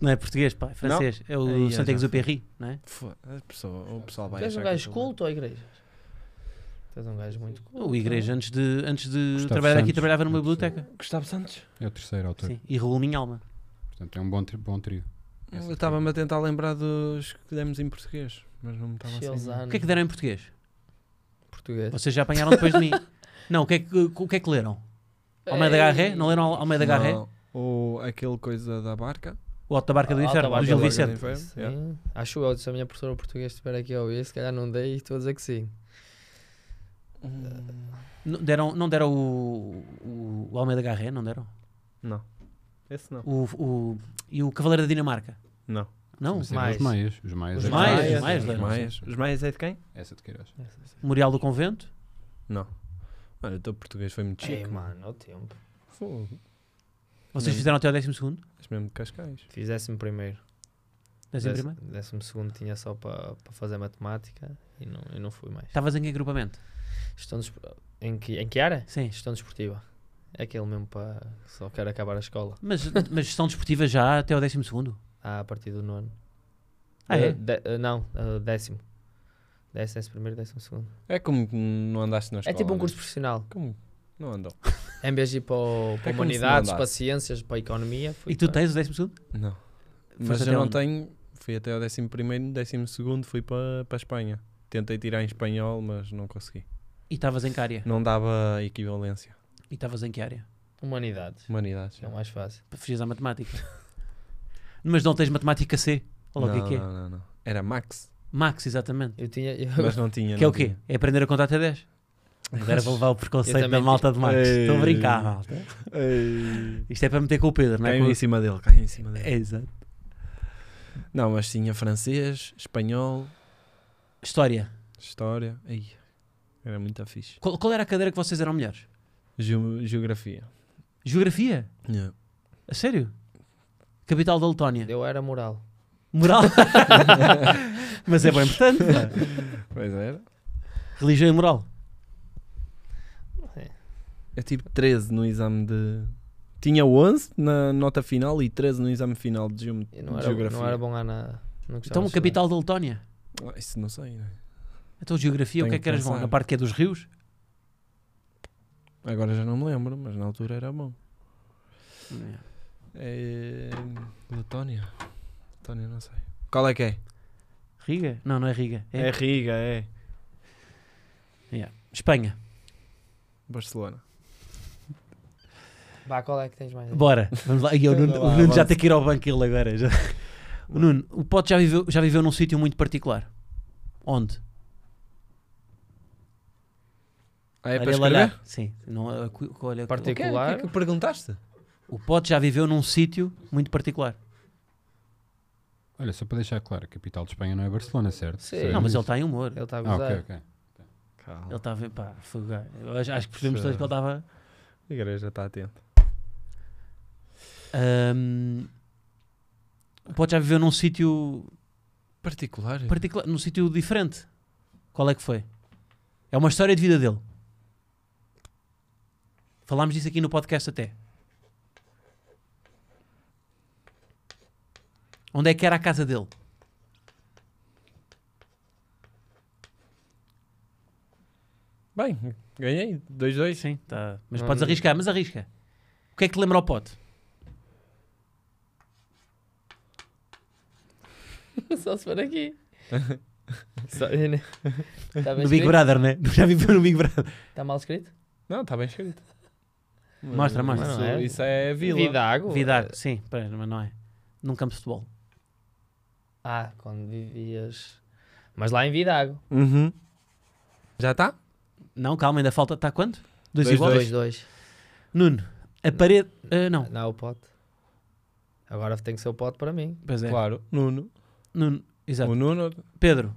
Não é português, pá, é francês. É
Aí,
o
é,
Saint-Exupéry, não é?
Fo- a pessoa- o pessoal vai
Tu és um
achar que eu
gajo
sou
culto ou igrejas? Tu és um gajo muito culto.
O Igreja, antes de, antes de
Gustavo
trabalhar aqui,
Santos.
trabalhava numa
Não percebo.
biblioteca.
bom. Gustavo Santos.
É o terceiro autor.
Sim, e regulou minha alma.
Portanto, é um bom, tri bom trio. Essa
Eu estava-me a tentar lembrar dos que demos em português, mas não me estava assim.
Chelsea,
O que é que deram em português?
português?
Vocês já apanharam depois de mim. Não, o que é que, o que, é que leram? Almeida
Ei.
Garré? Não leram Al- Almeida Garré?
Não, é Ou aquele coisa da barca.
O Alto da Barca do
Ah, Alto
Inferno,
da
do
Barca
Gil
do
Vicente.
Inferno.
Sim. Acho eu, se a minha professora português estiver aqui a ouvir, se calhar não dei e estou a dizer que sim.
Hum.
Hum, Não deram, não deram o, o Almeida Garré? Não deram?
Não. Esse não.
O, o- e o Cavaleiro da Dinamarca?
Não.
Não?
Mas é
Mais.
Os maias. Os maias.
Os
é que-
Maias,
Maias,
os Maias
Os
leram,
Maias. Os Maias é de quem?
Essa de Queiroz.
O Memorial do Convento?
Não. Mano, o teu português foi muito
Ei,
É,
chique.
mano, ao tempo.
Fogo.
Vocês
Não.
fizeram até o 12 segundo?
És mesmo de Cascais.
Fiz décimo primeiro.
10
Décimo-
primeiro?
Décimo segundo tinha só para para fazer matemática e não, e não fui mais.
Estavas em que agrupamento?
Gestão despo- em, que, em que área?
Sim.
Gestão desportiva. É aquele mesmo para só quero acabar a escola.
Mas, mas gestão desportiva já até o 12 segundo?
Ah, a partir do nono.
Ah, é?
Eh, de- eh, não, eh, décimo. Décimo, décimo primeiro, décimo segundo.
É como que não andaste na
É
escola.
tipo um
né?
curso profissional.
Como? Não andou.
Em vez de ir para, o- para
É como se não
humanidades, para
andasse.
ciências, para economia. fui
E tu
para-
tens o 12 segundo?
Não.
Foste
Mas
até
eu não
onde?
tenho. Fui até ao 11 primeiro, 12 fui para para a Espanha. Tentei tirar em espanhol, mas não consegui.
E estavas em que área?
Não dava equivalência.
E estavas em que área?
Humanidades.
Humanidades.
É o mais fácil.
Para fugir à matemática. mas não tens matemática C? Olha lá o que é que é.
Não, não, não. Era Max,
Max, exatamente.
Eu tinha. Eu,
mas não tinha.
Que é
não
o quê?
tinha.
É aprender a contar até 10. Agora vou levar o preconceito da
também
malta de Max.
Ei.
Estou a brincar, malta. Isto é para meter com o Pedro, não é?
Caiu
Com-
em cima dele, caiu em cima dele.
É, exato.
Não, mas tinha francês, espanhol,
História.
história. Aí, era muito fixe.
Qual, qual era a cadeira que vocês eram melhores?
Geo- geografia.
Geografia?
Yeah.
A sério? Capital da Letónia.
Eu era moral.
Moral. Mas é bem importante. pá.
Pois era.
Religião e moral.
Eu tive 13 É tipo no exame de. Tinha 11 na nota final e 13 no exame final de, geome-
Eu não
de
era,
geografia.
não era bom a nada. Não gostava
Então,
de
o
estudar.
capital da Letónia.
Ah, Isso não sei. né?
Então, geografia, o
Tenho
que é que
que
eras bom?
pensar.
Na parte que é dos rios?
Agora já não me lembro, mas na altura era bom. É... Letónia. Letónia, não sei. Qual é que é?
Riga? Não, não é Riga. É,
Riga, é.
Yeah. Espanha.
Barcelona.
Vá, qual é que tens mais? aí?
Bora. Vamos lá. E o Nuno, o Nuno já tem que ir ao banco ele agora. já. O Nuno, o Pote já viveu, já viveu num sítio muito particular. Onde?
Ah, é
Olha
para
ele
escrever?
olhar. Sim. Não, olha, olha-
O que é- o que é
Particular.
que perguntaste?
O Pote já viveu num sítio muito particular.
Olha, só para deixar claro, a capital de Espanha não é Barcelona, certo?
Sim.
Sabemos
Não, mas ele é
isso.
está em humor.
Ele está a
Ah,
gozar.
ok, ok.
Calma.
Ele estava. Pá, foi o gajo. Eu acho, acho que percebemos
Sim.
todos que ele estava.
A igreja está atenta.
ahm, hum, o Pote já viveu num sítio
Particular?
particular, num sítio diferente. Qual é que foi? É uma história de vida dele. Falámos disso aqui no podcast até. Onde é que era a casa dele?
Bem, ganhei. 2-2.
Sim, tá. Mas
Não,
podes
não-
arriscar, mas arrisca. O que é que te lembra o pote?
Só se for aqui. Só- Está bem
No Big
escrito?
Brother, né? Já viveu no Big Brother.
Está mal escrito?
Não, está bem escrito.
Mostra,
Mas
mostra.
Isso,
Não é?
isso é vila.
Vidago?
Vidar, sim, pera, mas não é. Num campo de futebol.
Ah, quando vivias. Mas lá em Vidago.
Uhum. Já tá? está?
Não, calma, ainda falta. Está quanto? Dois,
Dois,
iguais?
Dois, dois.
Nuno, a parede. ah, não,
Não, o pote. Agora tem que ser o pote para mim.
pois é.
Claro. Nuno.
Nuno, exato.
O Nuno.
Pedro,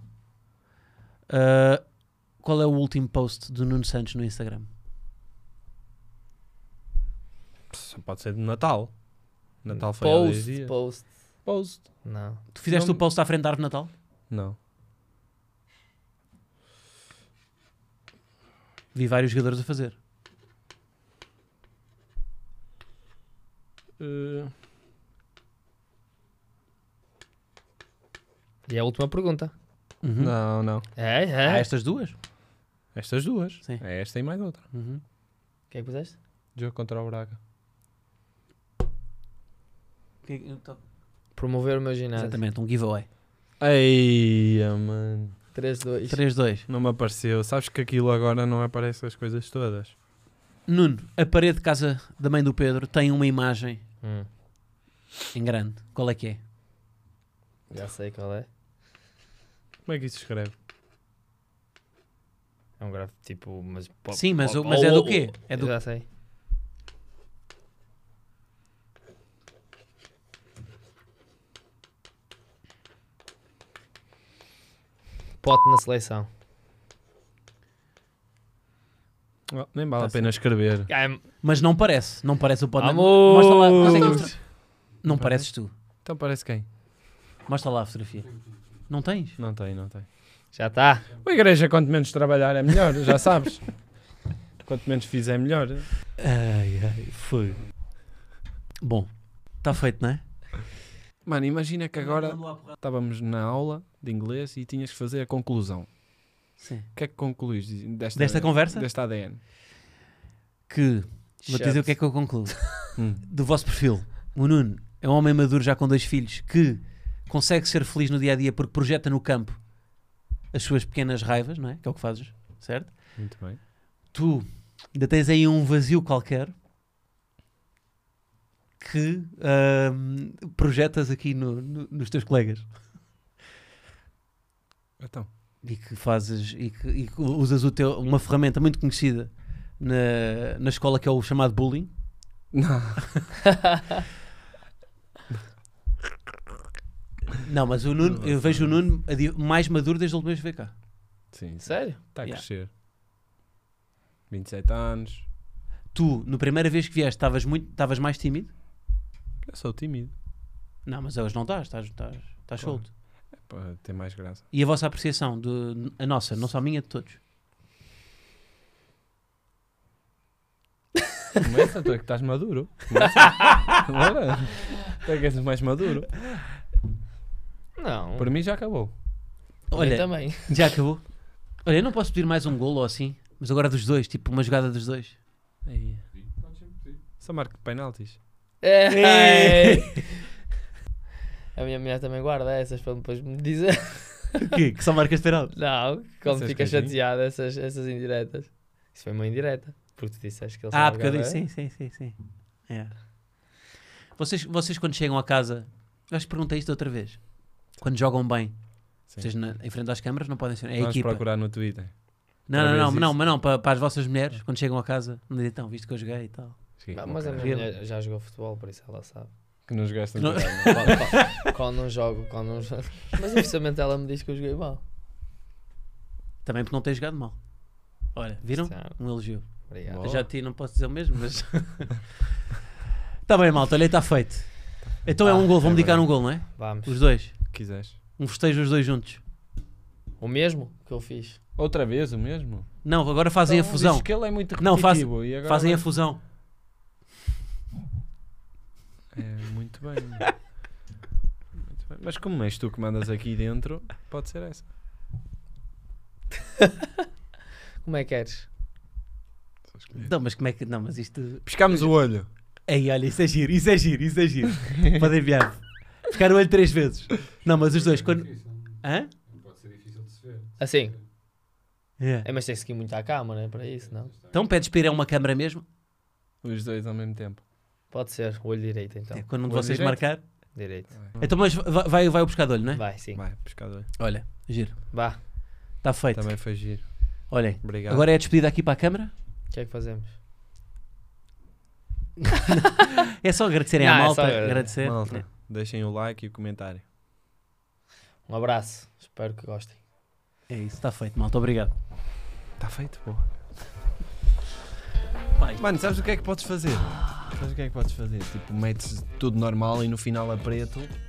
ah, qual é o último post do Nuno Santos no Instagram?
Só Pode ser de Natal. Natal foi há dois
post,
dias.
post.
Post.
Não.
Tu fizeste
Não-
o post à frente da árvore de Natal?
Não.
Vi vários jogadores a fazer.
Eh,
E é a última pergunta.
Uhum.
Não, não.
É,
Há
é.
estas duas?
Hum? Estas duas.
Sim.
É esta e mais outra.
Uhum.
O que é que puseste?
Jogo contra o Braga.
Promover o meu ginásio.
Exatamente, um giveaway.
Eia, mano.
3, 2.
3-2.
Não me apareceu. Sabes que aquilo agora não aparece as coisas todas.
Nuno, a parede de casa da mãe do Pedro tem uma imagem
Hum,
em grande. Qual é que é?
já sei qual é.
Como é que isso se escreve?
É um gráfico tipo. Mas, po-
Sim, mas,
po-
o- mas é do
o-
quê? É do
Já sei. Pote na seleção.
Oh, nem vale
Tá
a pena escrever.
Ah, é-
Mas não parece, não parece o pote.
Amor!
Mostra lá, mostra aqui a foto- Não pareces tu.
Então parece quem?
Mostra lá a fotografia. Não tens?
Não tem, não tem.
já tá? está.
A igreja, quanto menos trabalhar, é melhor, já sabes. quanto menos fizer, melhor.
Ai, ai, foi. Bom, está feito, não é?
Mano, imagina que agora estávamos na aula de inglês e tinhas que fazer a conclusão.
Sim.
O que é que concluís desta,
Desta conversa?
Desta ADN.
Que, vou dizer o que é que eu concluo.
Hum.
Do vosso perfil, o Nuno é um homem maduro já com dois filhos que consegue ser feliz no dia a dia porque projeta no campo as suas pequenas raivas, não é? Que é o que fazes, certo?
Muito bem.
tu ainda tens aí um vazio qualquer que ahm, projetas aqui no- no- nos teus colegas
Então,
e que fazes e que, e que usas o teu, uma ferramenta muito conhecida na, na escola que é o chamado bullying. Não, mas o Nuno, eu vejo o Nuno a di- mais maduro desde a última vez que veio cá.
sim, está
Sério?
a
Yeah.
crescer. 27 anos.
Tu, na primeira vez que vieste, estavas muito- estavas mais tímido.
Eu sou tímido.
Não, mas hoje não estás, estás, estás,
Claro.
estás solto.
É Pá, tem mais graça.
E a vossa apreciação, de, a nossa, não só a minha, de todos.
Começa, tu é que estás maduro. Começa. Bora. Tu é que és o mais maduro.
Não.
Para mim já acabou.
Olha, então-
Olha,
também.
já acabou. Olha, eu não posso pedir mais um golo ou assim, mas agora dos dois, tipo uma jogada dos dois.
Só marco de penaltis.
Ei. A minha mulher também guarda essas para depois me dizer.
O quê? Que só marcas penal.
Não, como
Essas
fica
coisinhas.
chateada essas, essas indiretas. Isso foi uma indireta. Porque tu disseste que ele
Ah,
só
porque eu disse,
jogava-
sim, sim, sim, sim. É. Vocês, vocês quando chegam a casa, eu acho que perguntei isto outra vez. Quando jogam bem,
Sim.
vocês na- em frente às câmaras não podem ser. É a
Vamos
equipa.
procurar no Twitter.
Não,
outra
não, não,
vez
não,
isso.
mas não, para, para as vossas mulheres, quando chegam a casa, não dizem, então, visto que eu joguei e tal.
Sim,
Ah, mas a
ok.
minha
Vila.
mulher já jogou futebol, por isso ela sabe.
Que nos gastam.
Não-
quando, quando- quando não jogo, quando não jogo. Mas oficialmente ela me diz que eu joguei mal.
Também porque não têm jogado mal. Olha, viram?
é
Sabe?
Um elogio.
Obrigado.
Eu já a ti não posso dizer o mesmo, mas. Está bem, malta, olha, está feito.
Ah,
Então é um gol, vamos dedicar um gol, não é?
Vamos.
Os dois.
Quiseres.
Um festejo os dois juntos.
O mesmo que eu fiz.
Outra vez o mesmo?
Não, agora fazem
Então,
a fusão.
dizes que ele é muito
Não, faz-
repetitivo e agora
Fazem a
vai-
fusão.
É, muito bem. Muito bem. Mas como és tu que mandas aqui dentro, pode ser essa.
Como é que queres?
Não, mas como é que. Não, mas isto.
Piscámos o olho.
Ei, olha, isso é giro, isso é giro, isso é giro. Podem enviar. Ficar o olho três vezes. Não, mas os dois. Quando... Hã?
Pode ser difícil de se ver.
Assim.
É.
É, mas tem que ir muito à câmara é para isso, não?
Então pedes para ir a uma câmara mesmo.
Os dois ao mesmo tempo.
Pode ser. Olho direito, então.
É, quando um de
Olho
vocês
direito.
marcar.
Direito.
Então, mas vai, vai, vai o buscar de olho, não é?
Vai, sim.
Vai, pescador.
Olha, giro.
Vá.
Está
Tá
feito.
Também foi giro.
Olhem.
Obrigado.
Agora é a despedida aqui para a câmara.
O que é que fazemos?
É só agradecerem à
Não, é
malta.
só
agradecer.
Malta, deixem o like e o comentário.
Um abraço. Espero que gostem.
É isso, está feito, malta. Obrigado.
Está Tá feito, pô.
Pai.
Mano, sabes o que é que podes fazer? Sabes o que é que podes fazer? Tipo, metes tudo normal e no final a preto